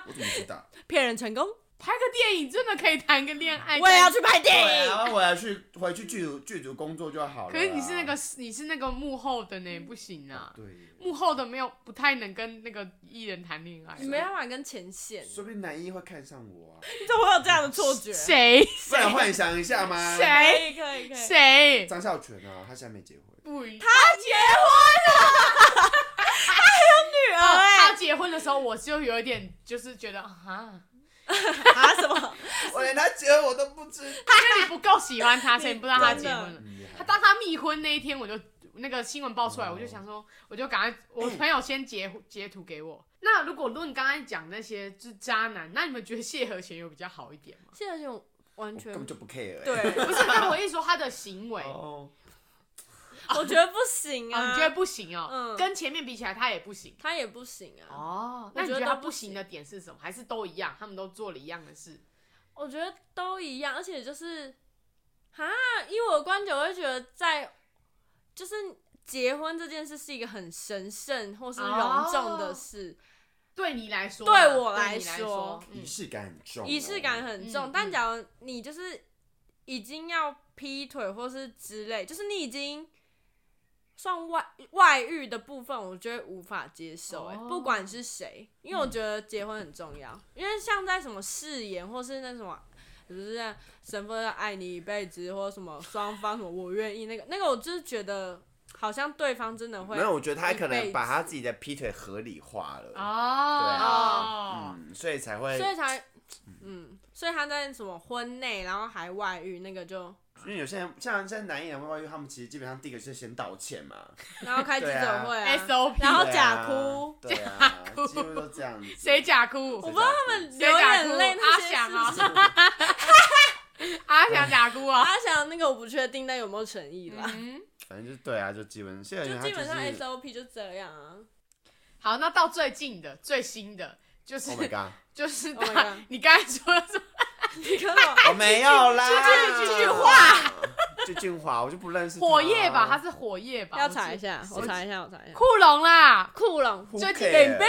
Speaker 3: 我怎么知道？
Speaker 4: 骗人成功，
Speaker 2: 拍个电影真的可以谈个恋爱，
Speaker 4: 我也要
Speaker 2: 但。
Speaker 4: 去拍电
Speaker 3: 对
Speaker 4: 影。
Speaker 3: 啊，我要去回去剧组剧组工作就好了啦。啊
Speaker 2: 可是你是那个你是那个幕后的呢，不行啊，
Speaker 3: 对，
Speaker 2: 幕后的没有不太能跟那个艺人谈恋爱。
Speaker 4: 你没办法跟前线，
Speaker 3: 说不定男一会看上我啊，
Speaker 4: 你怎么会有这样的错觉？
Speaker 2: 谁
Speaker 3: 不然幻想一下吗？
Speaker 2: 谁
Speaker 4: 可以可以可以，
Speaker 2: 谁
Speaker 3: 张孝全啊，他现在没结婚。
Speaker 2: 不一样？
Speaker 4: 他结婚了，
Speaker 2: 哦，
Speaker 4: 他
Speaker 2: 他
Speaker 4: 有女儿
Speaker 2: 结婚的时候，我就有一点就是觉得啊，
Speaker 4: 哎，啊什么？？
Speaker 3: 我连他结婚我都不知道。
Speaker 2: 因为你不够喜欢他，所以你不知道他结婚了。他当他密婚那一天，我就那个新闻爆出来，
Speaker 3: 哦
Speaker 2: 我就想说，我就赶快我朋友先截截图给我。那如果论刚才讲那些就是渣男，那你们觉得谢和弦有比较好一点吗
Speaker 4: 现在就完
Speaker 3: 我
Speaker 4: 全
Speaker 3: 根本就不 care、欸。
Speaker 4: 对，
Speaker 2: 不是，那我一说他的行为，哦，
Speaker 3: 哦，
Speaker 4: 我觉得不行啊，
Speaker 2: 你觉得不行哦，
Speaker 4: 嗯
Speaker 2: 跟前面比起来他也不行。
Speaker 4: 他也不行啊。
Speaker 2: 哦，
Speaker 4: 我
Speaker 2: 那你
Speaker 4: 觉
Speaker 2: 觉
Speaker 4: 得
Speaker 2: 得他
Speaker 4: 都不
Speaker 2: 不行的点是什么？还是都一样，他们都做了一样的事？
Speaker 4: 我觉得都一样，而且就是，哈，以我的观点，我会觉得在就是结婚这件事是一个很神圣或是
Speaker 2: 哦
Speaker 4: 隆重的事，
Speaker 2: 对你来说嘛，
Speaker 4: 对我来
Speaker 2: 对你来
Speaker 4: 说
Speaker 2: 说，嗯
Speaker 3: 仪式感很重、啊
Speaker 4: 仪式感。很重。
Speaker 2: 嗯
Speaker 4: 但假如你就是已经要劈腿或是之类，就是你已经。算外外遇的部分，我觉得无法接受、哎、
Speaker 2: 哦
Speaker 4: 不管是谁，因为我觉得结婚很重要， 因为像在什么誓言或是那什么，就是像神父要爱你一辈子，或什么双方什么我愿意那个那个，我就是觉得好像对方真的会
Speaker 3: 没有，我觉得他可
Speaker 4: 一辈
Speaker 3: 能
Speaker 4: 子
Speaker 3: 把他自己的劈腿合理
Speaker 2: 啊
Speaker 3: 化了，
Speaker 2: 哦，
Speaker 3: 嗯，所以才会，
Speaker 4: 所以才嗯，所以他在什么婚内，然后还外遇，那个就
Speaker 3: 因为有些人像像男艺人、外遇，他们其实基本上第一个就是先道歉嘛，
Speaker 4: 然后开记者会、啊
Speaker 2: SOP
Speaker 4: 然后
Speaker 3: 对
Speaker 4: 假
Speaker 3: 啊
Speaker 4: 哭，
Speaker 3: 对啊，
Speaker 2: 假哭
Speaker 3: 几乎都这样子。
Speaker 2: 谁假哭？
Speaker 3: 我
Speaker 4: 不知道他们流眼泪那些
Speaker 2: 谁打哭阿
Speaker 4: 是
Speaker 2: 翔 阿翔假哭啊！
Speaker 4: 阿翔那个我不确定，但有没有诚意啦？
Speaker 2: 嗯，
Speaker 3: 反正就是对啊，就基本现在
Speaker 4: 就
Speaker 3: 人他
Speaker 4: 基本上
Speaker 3: 是
Speaker 4: SOP 就这样啊。
Speaker 2: 好，那到最近的最新的就是、
Speaker 3: Oh my god，
Speaker 2: 就是大
Speaker 4: Oh my god
Speaker 2: 你刚才说的什么？
Speaker 4: 你看哦到
Speaker 3: 我没有啦，
Speaker 2: 句句句
Speaker 3: 话，句俊华，我就不认识他啊
Speaker 2: 火焰吧，它是火焰吧？
Speaker 4: 要
Speaker 2: 我
Speaker 4: 查
Speaker 2: 记
Speaker 4: 一下，我查一下，我查一下。
Speaker 2: 库龙啦，啊
Speaker 4: 酷龙
Speaker 3: Who
Speaker 4: 最
Speaker 3: care？
Speaker 4: 冰冰冰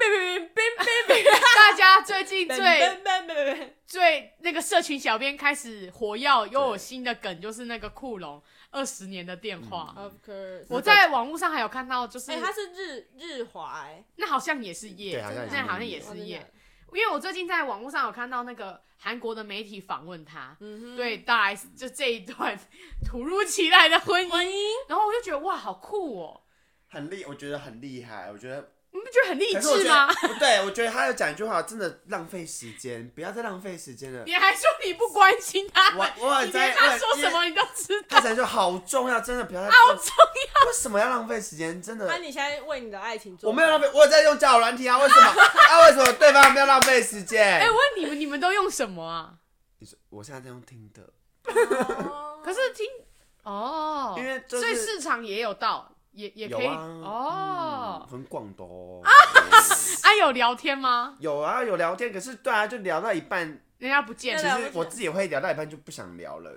Speaker 4: 冰冰冰冰冰
Speaker 2: 大家最近
Speaker 4: 对
Speaker 2: 最
Speaker 4: 对对对对，
Speaker 2: 最那个社群小编开始火药，又有新的梗，就是那个库龙二十年的电
Speaker 3: 嗯
Speaker 2: 话。
Speaker 4: Of course，
Speaker 2: 我在网络上还有看到，就是、
Speaker 4: 哎、它是日日华、哎，
Speaker 2: 那好像也是夜，
Speaker 3: 对好像也是
Speaker 2: 那好像也
Speaker 3: 夜
Speaker 4: 哦
Speaker 2: 是
Speaker 4: 真的
Speaker 2: 夜
Speaker 4: 假。的
Speaker 2: 因为我最近在网络上有看到那个韩国的媒体访问他，
Speaker 4: 嗯哼，
Speaker 2: 对大 S 就这一段 突如其来的婚
Speaker 4: 婚
Speaker 2: 姻，
Speaker 4: 姻
Speaker 2: 然后我就觉得哇，好酷哦！
Speaker 3: 很厉，我觉得很厉害，我觉得。
Speaker 2: 你不觉得很励
Speaker 3: 可是我
Speaker 2: 志
Speaker 3: 觉
Speaker 2: 吗
Speaker 3: 得？不对，我觉得他有讲一句话，真的浪费时间，不要再浪费时间了。
Speaker 2: 你还说你不关心他，
Speaker 3: 我我很
Speaker 2: 你
Speaker 3: 在
Speaker 2: 连
Speaker 3: 我
Speaker 2: 他
Speaker 3: 很
Speaker 2: 说什么你都知道
Speaker 3: 他。讲就好重要，真的不要好重要。为什么要浪费时间？真的
Speaker 4: 那、，你现在为你的爱
Speaker 2: 啊
Speaker 4: 情做？
Speaker 3: 我没有浪费，我有在用交友软体啊。为 什么？啊，为什么对方不要浪费时间？
Speaker 2: 哎、我问你们，你们都用什么啊？
Speaker 3: 你说我现在在用听的，
Speaker 4: 哦。
Speaker 2: 可是听哦，
Speaker 3: 因为就是
Speaker 2: 所以市场也有到，也也
Speaker 3: 有
Speaker 2: 可以、
Speaker 3: 啊，
Speaker 2: 哦
Speaker 3: 嗯。很广的哦。
Speaker 2: 啊，有聊天吗？
Speaker 3: 有啊，有聊天，可是对啊，就聊到一半，
Speaker 2: 人啊家不哦见
Speaker 4: 对
Speaker 3: 其
Speaker 4: 聊
Speaker 3: 实
Speaker 4: 不起
Speaker 3: 我
Speaker 4: 来
Speaker 3: 自己也会聊到一半就不想聊了，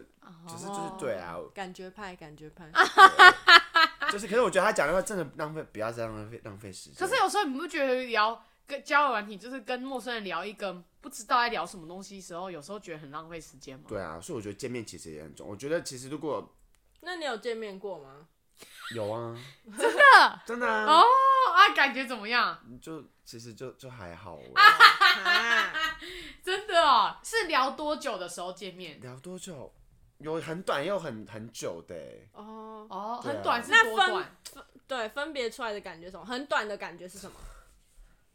Speaker 3: 只是就是对啊，
Speaker 4: 感觉派，感觉派，
Speaker 3: 对就是可是我觉得他讲的话真的浪费，不要再浪费浪费时间。
Speaker 2: 可是有时候你不觉得聊跟交友软体，就是跟陌生人聊一个不知道在聊什么东西的时候，有时候觉得很浪费时间吗？
Speaker 3: 对啊，所以我觉得见面其实也很重要。我觉得其实如果
Speaker 4: 那你有见面过吗？
Speaker 3: 有啊，
Speaker 2: 真的
Speaker 3: 真的啊，
Speaker 2: 哦啊，感觉怎么样？
Speaker 3: 就其实就就还好、欸。
Speaker 4: 啊，
Speaker 2: 真的哦，是聊多久的时候见面？
Speaker 3: 聊多久？有很短又很很久的、欸，
Speaker 4: 哦，
Speaker 2: 哦，
Speaker 3: 对啊
Speaker 2: 很短是
Speaker 4: 那
Speaker 2: 多
Speaker 4: 分
Speaker 2: 短？
Speaker 4: 对，分别出来的感觉是什么？很短的感觉是什么？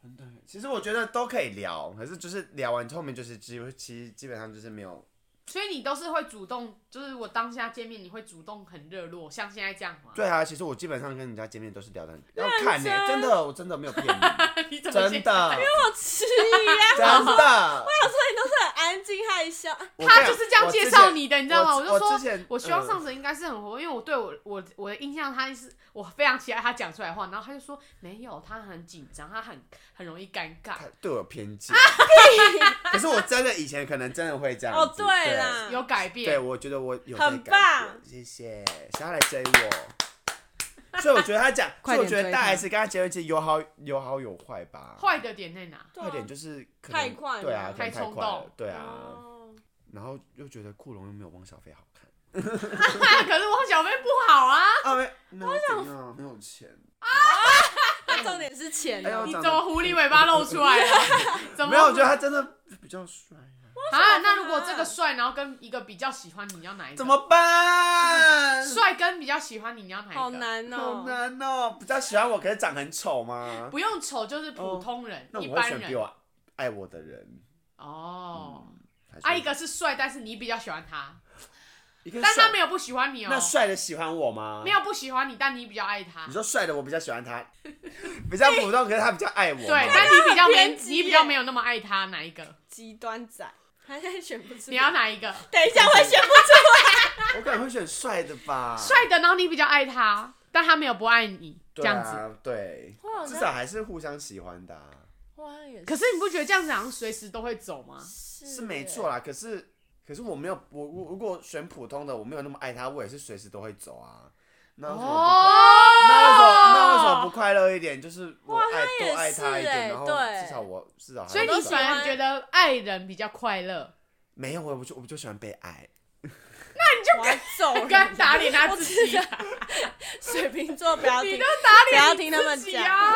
Speaker 3: 很短。其实我觉得都可以聊，可是就是聊完后面就是基其实基本上就是没有。
Speaker 2: 所以你都是会主动，就是我当下见面你会主动很热络，像现在这样吗？
Speaker 3: 对啊，其实我基本上跟人家见面都是聊的，要看呢、欸真的，我真的没有骗 你，
Speaker 2: 你怎么
Speaker 3: 真
Speaker 2: 见？
Speaker 3: 的，
Speaker 4: 好吃 呀！
Speaker 3: 真的。
Speaker 4: 很安静害羞，
Speaker 3: 我
Speaker 2: 他
Speaker 3: 跟
Speaker 2: 就是这样介绍你的，你知道吗？
Speaker 3: 我
Speaker 2: 我
Speaker 3: 之
Speaker 2: 就
Speaker 3: 我之
Speaker 2: 说
Speaker 3: 前，
Speaker 2: 我希望上
Speaker 3: 嗯
Speaker 2: 神应该是很活，因为我对我我我的印象，他是我非常期待他讲出来的话，然后他就说没有，他很紧张，他很很容易尴尬
Speaker 3: 他，对我有偏见，可是我真的以前可能真的会这样子。
Speaker 4: 哦对啦
Speaker 2: 有改
Speaker 3: 嗯对，
Speaker 2: 变。
Speaker 3: 我觉得我有
Speaker 4: 很
Speaker 3: 在改
Speaker 4: 棒
Speaker 3: 变谢谢，想要来追我。 所以我觉得他讲，所
Speaker 4: 快
Speaker 3: 以我
Speaker 4: 点
Speaker 3: 觉得
Speaker 4: 追
Speaker 3: 大
Speaker 4: 他
Speaker 3: S 跟他结婚其实有好有好有坏吧。
Speaker 2: 坏的点在哪？
Speaker 4: 对啊
Speaker 3: 坏点就是可能
Speaker 4: 太快了
Speaker 3: 对啊，可
Speaker 2: 太
Speaker 3: 能太
Speaker 2: 冲
Speaker 3: 快
Speaker 2: 动嗯
Speaker 3: 了，对啊。
Speaker 4: 哦
Speaker 3: 然后又觉得库龙又没有汪小菲好看，
Speaker 2: 可是汪小菲不好 啊，
Speaker 3: 啊没没有怎样，没有钱，
Speaker 4: 那重点是钱
Speaker 3: 哎呦
Speaker 4: 哦
Speaker 2: 你
Speaker 3: 长
Speaker 2: 怎
Speaker 3: 得
Speaker 2: 么狐狸尾巴露出来 了？怎么
Speaker 3: 没有，我觉得他真的比较帅啊，
Speaker 2: 啊？那如果这个帅，然后跟一个比较喜欢你，你要哪一个？
Speaker 3: 怎么办？
Speaker 2: 帅跟比较喜欢你，你要哪一个？
Speaker 4: 好，难
Speaker 3: 哎好
Speaker 4: 哦。
Speaker 3: 难哦，比较喜欢我，可是长很丑吗？
Speaker 2: 不用丑，就是普通人，
Speaker 3: 哦那
Speaker 2: 一
Speaker 3: 我会
Speaker 2: 般
Speaker 3: 选比
Speaker 2: 人。
Speaker 3: 我嗯爱我的人。
Speaker 2: 哦，
Speaker 3: 还是
Speaker 2: 啊，一个是帅，但是你比较喜欢他，
Speaker 3: 一个
Speaker 2: 但
Speaker 3: 帅
Speaker 2: 他没有不喜欢你哦。
Speaker 3: 那帅的喜欢我吗？
Speaker 2: 没。有啊不喜欢你，但你比较爱他
Speaker 3: 你。说帅的我比较喜 欢他，比较普通，可是他比较爱我嘛。
Speaker 2: 对，但你比较没，
Speaker 4: 偏激耶
Speaker 2: 你比较没有那么爱他，哪一个？
Speaker 4: 极端仔，他现在选不出。
Speaker 2: 你要哪一个？
Speaker 4: 等一下，我 选不出。
Speaker 3: 我可能会选帅的吧。
Speaker 2: 帅的，然后你比较爱他，但他没有不爱你，这
Speaker 3: 对啊
Speaker 2: 样子。
Speaker 3: 对
Speaker 4: 哇那，
Speaker 3: 至少还是互相喜欢的啊、
Speaker 4: 我好像也
Speaker 2: 可是你不觉得这样子好像随时都会走吗？
Speaker 4: 是
Speaker 3: 是欸没错啊啦。可是可是我没有，我我如果选普通的，我没有那么爱他，我也是随时都会走啊。那为什么不快？
Speaker 4: 哦
Speaker 3: 那为什
Speaker 2: 哦
Speaker 3: 么那为什么不快乐一点？就是我爱
Speaker 4: 也
Speaker 3: 多爱他一
Speaker 4: 是
Speaker 3: 点，
Speaker 4: 欸
Speaker 3: 然后
Speaker 4: 对
Speaker 3: 至少我至少还
Speaker 2: 所以
Speaker 3: 是
Speaker 2: 你喜
Speaker 4: 我都喜
Speaker 2: 欢
Speaker 4: 欢
Speaker 2: 觉得爱人比较快乐，
Speaker 3: 没有我不就我不就喜欢被爱。
Speaker 4: 我要走了，
Speaker 2: 跟打脸他自己，啊
Speaker 4: 水瓶座不要
Speaker 2: 你
Speaker 4: 听
Speaker 2: 就，打
Speaker 4: 不要
Speaker 2: 脸
Speaker 4: 听他们
Speaker 2: 自己
Speaker 4: 讲。
Speaker 2: 啊。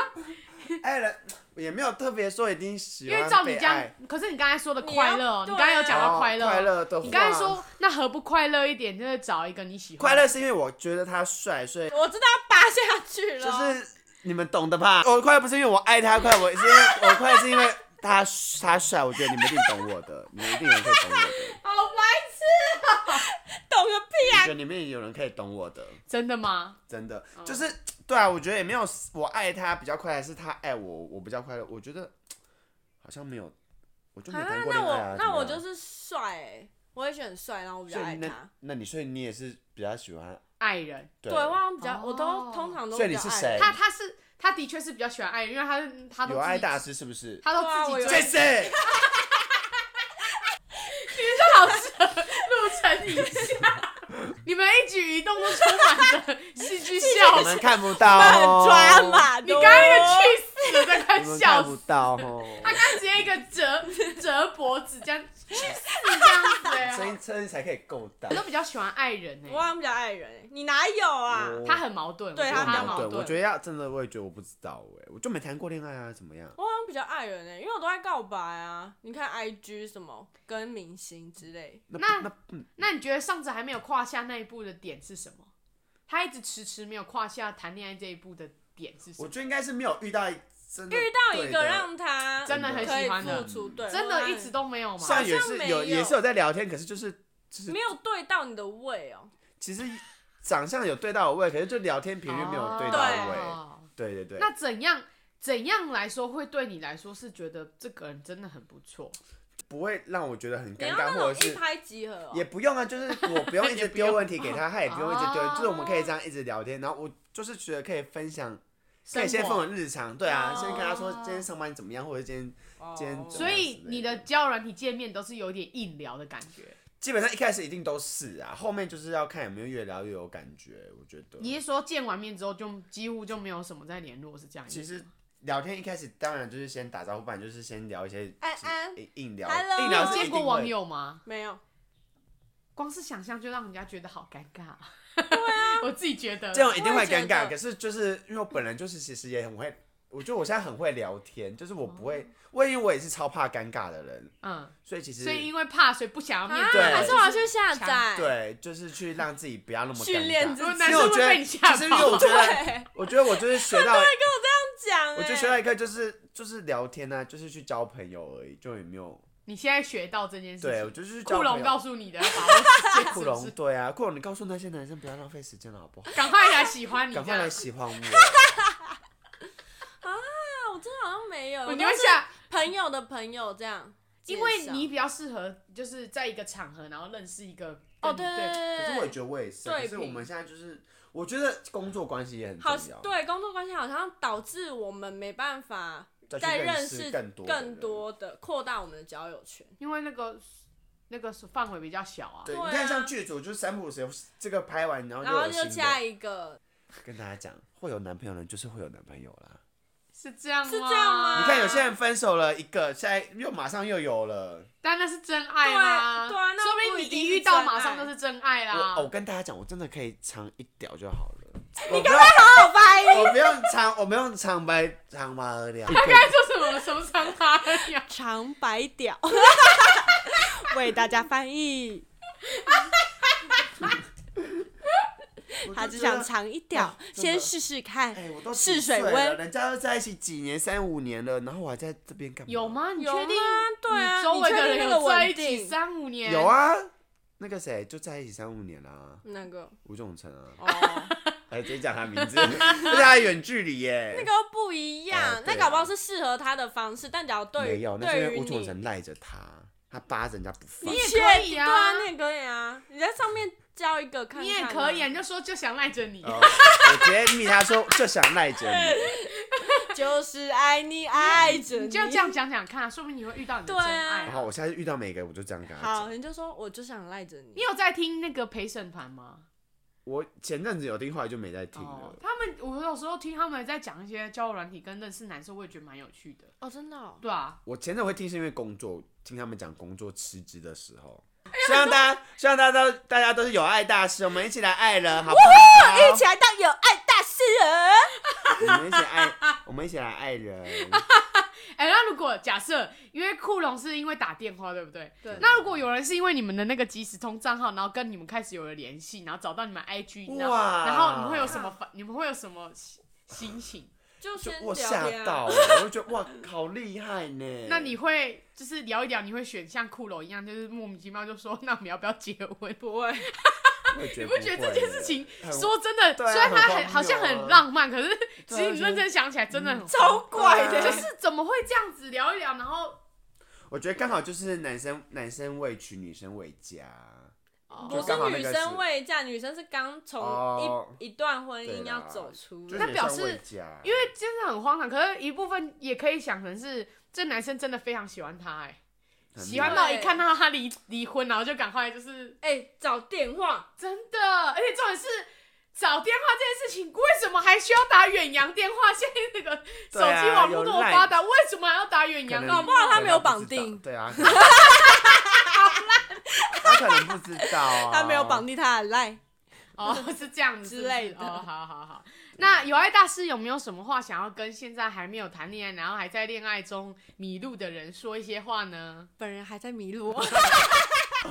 Speaker 3: 爱人也没有特别说一定喜
Speaker 2: 因
Speaker 3: 欢
Speaker 2: 为照你
Speaker 3: 被
Speaker 2: 这样
Speaker 3: 爱，
Speaker 2: 可是你刚才说的快乐哦，
Speaker 4: 你
Speaker 2: 你
Speaker 4: 要
Speaker 2: 刚才有讲到快乐哦，
Speaker 3: 哦快乐的话
Speaker 2: 你刚才说那何不快乐一点，就是找一个你喜欢
Speaker 3: 快乐是因为我觉得他帅，所以
Speaker 4: 我知道要扒下去了，
Speaker 2: 哦
Speaker 3: 就是你们懂的吧？我快乐不是因为我爱他快乐，我是因为我快乐是因为他他帅，我觉得你们一定懂我 的，你们一定有人可以懂我的，
Speaker 2: 好白痴，
Speaker 4: 懂个屁
Speaker 3: 我
Speaker 4: 啊！
Speaker 3: 觉得你们也有人可以懂我的，
Speaker 2: 真的吗？
Speaker 3: 真的
Speaker 2: 哦
Speaker 3: 就是对啊，我觉得也没有我爱他比较快乐，是他爱我，我比较快乐，我觉得嗯好像没有，我就没谈
Speaker 4: 啊，
Speaker 3: 过恋
Speaker 4: 那
Speaker 3: 爱
Speaker 4: 我
Speaker 3: 啊。
Speaker 4: 那我
Speaker 3: 怎
Speaker 4: 就
Speaker 3: 么样
Speaker 4: 是帅、欸，我也选帅，然后我比较
Speaker 3: 所以
Speaker 4: 爱
Speaker 3: 那
Speaker 4: 他。
Speaker 3: 那你所以你也是比较喜欢
Speaker 2: 爱人，
Speaker 3: 对
Speaker 4: 对，我好像比较，
Speaker 2: 哦
Speaker 4: 我都通常都
Speaker 3: 所以
Speaker 4: 比较
Speaker 3: 你是
Speaker 4: 爱
Speaker 3: 谁
Speaker 2: 他他是他的确是比较喜欢爱人，因为他是他都
Speaker 3: 有
Speaker 2: 自己
Speaker 3: 哎爱大师是不是？
Speaker 2: 他都自己
Speaker 4: 对啊我有
Speaker 2: 追
Speaker 3: 谢谢。
Speaker 2: 老师录成影像，你们一举一动都充满着戏剧效果
Speaker 3: 我们。看不到
Speaker 4: 他
Speaker 3: 哦。
Speaker 4: 很抓马的哦。
Speaker 2: 你刚刚那个去死的在
Speaker 3: 你
Speaker 2: 看
Speaker 3: 们
Speaker 2: 笑笑
Speaker 5: 看
Speaker 2: 死
Speaker 5: 不到哦。
Speaker 2: 他刚直接一个折 折脖子这样，去死这样子哎、
Speaker 3: 声音声音才可以够大
Speaker 2: 我。都比较喜欢爱人哎、
Speaker 4: 我好像比较爱人、欸，你哪有啊？
Speaker 3: 我
Speaker 2: 他很矛盾，
Speaker 4: 对
Speaker 2: 我觉
Speaker 4: 他
Speaker 2: 得
Speaker 4: 比较
Speaker 2: 他
Speaker 4: 矛
Speaker 2: 矛
Speaker 4: 盾
Speaker 3: 我觉得要真的，我也觉得我不知道哎、我就没谈过恋爱啊，怎么样？
Speaker 4: 我好像比较爱人哎、因为我都在告白啊。你看 IG 什么跟明星之类，
Speaker 3: 那
Speaker 2: 那
Speaker 3: 那嗯
Speaker 2: 那你觉得上次还没有跨下那一步的点是什么？他一直迟迟没有跨下谈恋爱这一步的点是什
Speaker 3: 我
Speaker 2: 么？
Speaker 3: 觉得应该是没有遇到一真的
Speaker 4: 遇到一
Speaker 3: 对
Speaker 4: 个
Speaker 3: 的
Speaker 4: 让他
Speaker 2: 真的
Speaker 3: 的
Speaker 2: 很
Speaker 4: 可以
Speaker 2: 喜欢的
Speaker 4: 付，出，对，
Speaker 2: 真的一直都没有吗？
Speaker 3: 上也
Speaker 4: 好像
Speaker 3: 是
Speaker 4: 没有
Speaker 3: 有也是有在聊天，可是就是就是
Speaker 4: 没有对到你的胃哦、
Speaker 3: 其实长相有对到我位，可是就聊天频率没有对到位。
Speaker 2: 哦
Speaker 3: 对对对，
Speaker 2: 那怎样怎样来说会对你来说是觉得这个人真的很不错？
Speaker 3: 不会让我觉得很
Speaker 4: 你
Speaker 3: 尴
Speaker 4: 要
Speaker 3: 尬，
Speaker 4: 那种
Speaker 3: 或者
Speaker 4: 一
Speaker 3: 是
Speaker 4: 拍即合哦、
Speaker 3: 也不用啊，就是我不用一
Speaker 2: 也
Speaker 3: 直
Speaker 2: 不用
Speaker 3: 丢问题给他，他也不用一直丢
Speaker 2: 哦，
Speaker 3: 就是我们可以这样一直聊天，然后我就是觉得可以分享，可以
Speaker 2: 生
Speaker 3: 先分
Speaker 2: 活
Speaker 3: 享日常，对啊，
Speaker 4: 哦
Speaker 3: 先跟他说今天上班怎么样，或者今天
Speaker 4: 哦
Speaker 3: 今天怎么
Speaker 2: 所
Speaker 3: 样
Speaker 2: 以
Speaker 3: 啊之类
Speaker 2: 你
Speaker 3: 的
Speaker 2: 的交软体见面都是有点硬聊的感觉。
Speaker 3: 基本上一开始一定都是啊，后面就是要看有没有越聊越有感觉，我觉得。
Speaker 2: 你是说见完面之后就几乎就没有什么再联络，是这样意思
Speaker 3: 其
Speaker 2: 吗？
Speaker 3: 实聊天一开始当然就是先打招呼，不然就是先聊一些
Speaker 4: 安安
Speaker 3: 硬硬聊，
Speaker 4: Hello
Speaker 3: 硬
Speaker 2: 你
Speaker 3: 聊
Speaker 2: 有
Speaker 3: 是一
Speaker 2: 见
Speaker 3: 定
Speaker 2: 过网
Speaker 3: 会
Speaker 2: 友吗？
Speaker 4: 没有，
Speaker 2: 光是想象就让人家觉得好尴尬。对啊， 我自己觉得
Speaker 3: 这种一定会
Speaker 4: 我也
Speaker 3: 尴
Speaker 4: 觉得
Speaker 3: 尬。可是就是因为我本人就是其实也很会，我觉得我现在很会聊天，就是我不
Speaker 2: 哦
Speaker 3: 会，我因为我也是超怕尴尬的人，
Speaker 2: 嗯，
Speaker 3: 所以其实
Speaker 2: 所以因为怕，所以不想要面
Speaker 3: 对
Speaker 2: 对。
Speaker 4: 啊还是我要去下载，，
Speaker 3: 对，就是去让自己不要那么尴
Speaker 4: 训练自
Speaker 3: 尬。
Speaker 4: 己
Speaker 2: 如果男
Speaker 3: 因为
Speaker 2: 生
Speaker 3: 我
Speaker 2: 会
Speaker 3: 觉得，
Speaker 2: 被你吓
Speaker 3: 其实因为我
Speaker 2: 跑。
Speaker 3: 觉得，
Speaker 4: 对，
Speaker 3: 我觉得我就是学到，
Speaker 4: 讲、欸，
Speaker 3: 我觉得学到一个就是就是聊天啊，就是去交朋友而已，就也没有。
Speaker 2: 你现在学到这件事
Speaker 3: 对，我
Speaker 2: 情，
Speaker 3: 就是去交
Speaker 2: 库
Speaker 3: 朋
Speaker 2: 龙告
Speaker 3: 友。
Speaker 2: 诉你的，要把握时间是
Speaker 3: 库
Speaker 2: 不
Speaker 3: 龙
Speaker 2: 是？
Speaker 3: 对啊，库龙，你告诉那些男生不要浪费时间了，好不好？
Speaker 2: 赶快来喜欢你，
Speaker 3: 赶
Speaker 2: 这
Speaker 3: 快来
Speaker 2: 样。
Speaker 3: 喜欢我。
Speaker 4: 啊我真的好像没有，
Speaker 2: 我你
Speaker 4: 都
Speaker 2: 会
Speaker 4: 是
Speaker 2: 想，
Speaker 4: 朋友的朋友这 样，
Speaker 2: 因为
Speaker 4: 介绍
Speaker 2: 你比较适合，就是在一个场合，然后认识一个跟
Speaker 4: 哦，
Speaker 2: 你
Speaker 4: 对对
Speaker 3: 可是
Speaker 4: 对
Speaker 3: 我
Speaker 4: 对
Speaker 3: 也觉得我也是，啊
Speaker 4: 对
Speaker 3: 可是我
Speaker 4: 比
Speaker 3: 们现在就是，我觉得工作关系也很重
Speaker 4: 好
Speaker 3: 要，
Speaker 4: 对工作关系好像导致我们没办法
Speaker 3: 再去
Speaker 4: 再
Speaker 3: 认
Speaker 4: 认
Speaker 3: 识
Speaker 4: 识
Speaker 3: 更多的人
Speaker 4: 更多的扩大我们的交友圈。
Speaker 2: 因为那个那个范围比较小啊。
Speaker 3: 对，
Speaker 4: 对啊
Speaker 3: 你看像剧组就是三不五时，这个拍完然后
Speaker 4: 然后
Speaker 3: 有新
Speaker 4: 就
Speaker 3: 的
Speaker 4: 加一 个，
Speaker 3: 跟大家讲，会有男朋友的人就是会有男朋友啦。
Speaker 2: 是这样吗？
Speaker 4: 是这样吗
Speaker 3: 你看有些人分手了一个，现在又马上又有了。
Speaker 2: 但那是真爱吗？
Speaker 4: 对对啊那
Speaker 2: 说
Speaker 4: 不
Speaker 2: 明你
Speaker 4: 一定
Speaker 2: 一
Speaker 4: 是
Speaker 2: 遇到
Speaker 4: 真
Speaker 2: 马上
Speaker 4: 爱
Speaker 2: 就是真爱
Speaker 3: 我
Speaker 4: 啊
Speaker 2: 啦。
Speaker 3: 哦我跟大家讲，我真的可以长一屌就好 了。我
Speaker 4: 你
Speaker 3: 不
Speaker 4: 刚
Speaker 3: 用
Speaker 4: 刚好好哦发音，
Speaker 3: 我不用长，我不用长白长白而聊。
Speaker 2: 他刚才说什么？什么伤他呀？
Speaker 4: 长白屌， 为大家翻译，
Speaker 3: 我就
Speaker 4: 他只
Speaker 3: 觉得哎
Speaker 4: 想长一屌，
Speaker 3: 真的
Speaker 4: 先试试看。
Speaker 3: 哎，我都
Speaker 4: 试
Speaker 3: 几
Speaker 4: 水
Speaker 3: 岁了
Speaker 4: 温
Speaker 3: 人家都在一起几年，三五年了，然后我还在这边干嘛？
Speaker 2: 有？吗？你
Speaker 4: 有
Speaker 2: 确定？
Speaker 4: 吗对啊
Speaker 2: 你周围
Speaker 4: 你确
Speaker 2: 的
Speaker 4: 定
Speaker 2: 人
Speaker 4: 那个
Speaker 2: 有在一
Speaker 4: 稳
Speaker 2: 起
Speaker 4: 定
Speaker 2: 三五年？
Speaker 3: 有。啊，那个谁就在一起三五年啦、啊
Speaker 4: 那 个
Speaker 3: 吴仲成啊，
Speaker 4: 哦，
Speaker 3: 哎，直接讲他名 字，而且还远距离耶。
Speaker 4: 那个又不一样
Speaker 3: 哦，对啊
Speaker 4: 那搞不好是适合他的方式，但只要对
Speaker 3: 没有，那是因
Speaker 4: 对
Speaker 3: 为
Speaker 4: 于
Speaker 3: 吴仲
Speaker 4: 你，
Speaker 3: 成赖着他，他扒着人家不放
Speaker 2: 你。也
Speaker 4: 确
Speaker 2: 可以
Speaker 4: 定
Speaker 2: 啊
Speaker 4: 对啊，那也可以啊，你在上面交一个看看啊，
Speaker 2: 你也可以啊，你就说就想赖着你，
Speaker 3: 哦我直接密他说就想赖着你，
Speaker 4: 就是爱你爱着
Speaker 2: 你就这样讲讲看，说明你会遇到你的
Speaker 4: 对
Speaker 2: 真
Speaker 4: 啊
Speaker 2: 爱
Speaker 3: 然。后我下次遇到每个我就这样跟他
Speaker 4: 好，
Speaker 3: 讲。
Speaker 4: 你就说我就想赖着你
Speaker 2: 你。有在听那个陪审团吗？
Speaker 3: 我前阵子有听，后来就没再听
Speaker 2: 哦
Speaker 3: 了，。
Speaker 2: 他们我有时候听他们在讲一些交友软体跟认识男生，我也觉得蛮有趣的。
Speaker 4: 哦，真的、哦，
Speaker 2: 对啊，
Speaker 3: 我前阵会听是因为工作，听他们讲工作辞职的时候。
Speaker 2: 哎
Speaker 3: 希望大家，希望大家都大家都是有爱大师，我们一起来爱人，好不好？
Speaker 4: 一起来当有爱大师人。
Speaker 3: 我们一起爱，我们一起来爱 人。
Speaker 2: 哎、那如果假设，因为库龙是因为打电话，对不对？
Speaker 4: 对
Speaker 2: 那如果有人是因为你们的那个即时通账号，然后跟你们开始有了联系，然后找到你们 IG，然后
Speaker 3: 哇
Speaker 2: 然后你们会有什么反？你们会有什么心心情？
Speaker 4: 就
Speaker 3: 就
Speaker 4: 先
Speaker 3: 我
Speaker 4: 聊
Speaker 3: 吓
Speaker 4: 天啊
Speaker 3: 到了，我就觉得哇，好厉害呢！
Speaker 2: 那你会就是聊一聊，你会选像库龙一样，就是莫名其妙就说，那我们要不要结 婚？不会，
Speaker 3: 我也觉
Speaker 2: 你
Speaker 3: 得
Speaker 2: 不觉得这件事情
Speaker 3: 很
Speaker 2: 说真的，
Speaker 3: 对啊
Speaker 2: 虽然它
Speaker 3: 很荒
Speaker 2: 很
Speaker 3: 谬啊
Speaker 2: 好像很浪漫，可是其
Speaker 3: 对啊
Speaker 2: 实你认真想起来真的很
Speaker 4: 超
Speaker 2: 荒
Speaker 4: 怪
Speaker 2: 谬
Speaker 3: 啊
Speaker 4: 的，
Speaker 3: 嗯
Speaker 2: 就是怎么会这样子聊一聊，然后
Speaker 3: 我觉得刚好就是男生男生未娶，女生未嫁，
Speaker 4: 不
Speaker 3: 就刚好
Speaker 4: 是
Speaker 3: 那
Speaker 4: 女
Speaker 3: 个
Speaker 4: 生
Speaker 3: 是
Speaker 4: 未嫁，女生是刚从一、
Speaker 3: 哦
Speaker 4: 一段婚
Speaker 3: 对
Speaker 4: 姻
Speaker 3: 啦
Speaker 4: 要走出
Speaker 3: 就是
Speaker 2: 嗯
Speaker 4: 来。
Speaker 2: 那表
Speaker 3: 女生未
Speaker 2: 示
Speaker 3: 嫁
Speaker 2: 因为真的很荒唐，可是一部分也可以想成是这男生真的非常喜欢她，哎，
Speaker 3: 很
Speaker 2: 喜欢
Speaker 3: 厉害
Speaker 2: 到一看到她离离婚，然后就赶快就是
Speaker 4: 哎、找电话，
Speaker 2: 真的，而且重点是找电话这件事情，为什么还需要打远洋电话？现在那个手
Speaker 3: 对啊
Speaker 2: 机网络
Speaker 3: 有
Speaker 2: 那么
Speaker 3: Line
Speaker 2: 发达，为什么还要打远
Speaker 3: 可
Speaker 2: 洋？
Speaker 3: 能
Speaker 2: 搞不好
Speaker 4: 好他
Speaker 3: 对
Speaker 4: 没有
Speaker 3: 不
Speaker 4: 绑
Speaker 3: 知道
Speaker 4: 定
Speaker 3: 对啊，他可能不知道 啊，
Speaker 4: 他没有绑定他的 line，
Speaker 2: 哦，是这样子
Speaker 4: 之类的
Speaker 2: 是不是哦，好好好。那有爱大师有没有什么话想要跟现在还没有谈恋爱，然后还在恋爱中迷路的人说一些话呢？
Speaker 4: 本人还在迷路，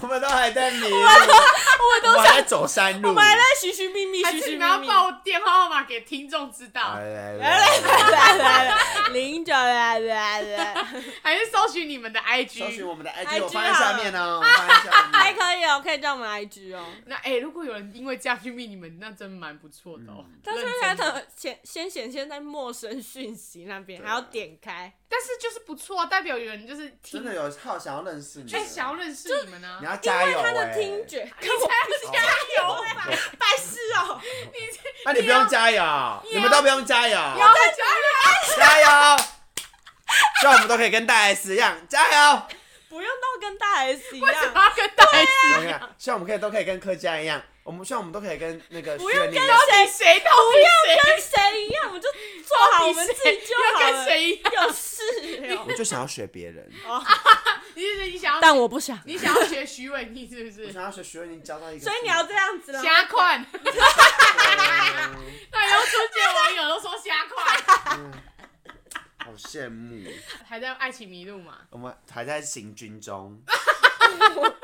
Speaker 3: 我们都还在迷路，我
Speaker 4: 都
Speaker 3: 们还在走山路，哎
Speaker 4: 我们还在寻寻觅觅，
Speaker 2: 还
Speaker 4: 寻
Speaker 2: 是你
Speaker 4: 寻
Speaker 2: 们
Speaker 4: 觅
Speaker 2: 要
Speaker 4: 觅。
Speaker 2: 报电话号码给听众知道，
Speaker 3: 来来
Speaker 4: 来
Speaker 3: 来
Speaker 4: 来来
Speaker 3: 来，
Speaker 4: 来来来，零九来来来，
Speaker 2: 还是搜寻你们的
Speaker 3: 搜寻
Speaker 2: IG？
Speaker 3: 我们的
Speaker 4: IG
Speaker 3: IG，我放在下面哦，我放在下
Speaker 4: 还
Speaker 3: 面。
Speaker 4: 可以哦，可以叫我们 IG 哦。
Speaker 2: 那哎、如果有人因为这样去密你们，那真蛮不错的
Speaker 3: 嗯
Speaker 2: 哦。
Speaker 4: 但是
Speaker 2: 认真的
Speaker 4: 它的显先显现在陌生讯息那边，
Speaker 3: 对
Speaker 4: 还要点开。
Speaker 2: 但是就是不错啊，代表有人就是听
Speaker 3: 真，的有好想要认识你，
Speaker 2: 哎、想要认识你们呢、
Speaker 3: 你
Speaker 2: 啊。
Speaker 3: 要
Speaker 4: 因
Speaker 3: 加
Speaker 4: 为
Speaker 3: 油
Speaker 4: 他
Speaker 3: 哎
Speaker 4: 的！听觉，
Speaker 2: 你才加油
Speaker 3: 哦
Speaker 2: 吧！
Speaker 4: 白痴哦，
Speaker 3: 那你不用加油，
Speaker 2: 你要
Speaker 3: 你们都不用加油，
Speaker 2: 要加油！
Speaker 3: 加油！希望我们都可以跟大 S 一样加油。
Speaker 4: 不用到跟大 S 一
Speaker 2: 为什
Speaker 4: 样，
Speaker 2: 么要跟大 S？
Speaker 3: 我跟你看，希望我们可以都可以跟柯佳一样，我们希望我们都可以跟那个
Speaker 4: 不用
Speaker 3: 薛丽一
Speaker 4: 跟
Speaker 3: 样，
Speaker 2: 底谁到底谁？
Speaker 4: 跟谁一样，我们就做好我们自己就好
Speaker 2: 要
Speaker 4: 了。
Speaker 2: 跟谁一样？
Speaker 4: 有事
Speaker 3: 我就想要学别人，
Speaker 2: 你是你想要，
Speaker 4: 但我不想，
Speaker 2: 你想要学徐伟宁 是不
Speaker 3: 我
Speaker 2: 是？
Speaker 3: 想要学徐慧宁教到一个字，
Speaker 4: 所以你要这样子了。
Speaker 2: 瞎款，
Speaker 3: 嗯
Speaker 2: 那然后春节网友都说瞎款，
Speaker 3: 好羡慕，
Speaker 2: 还在爱情迷路嘛？
Speaker 3: 我们还在行军中。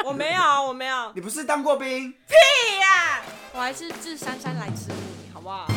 Speaker 4: 我没有，我没有。
Speaker 3: 你不是当过兵？
Speaker 4: 对呀，我还是至姗姗来迟你，好不好？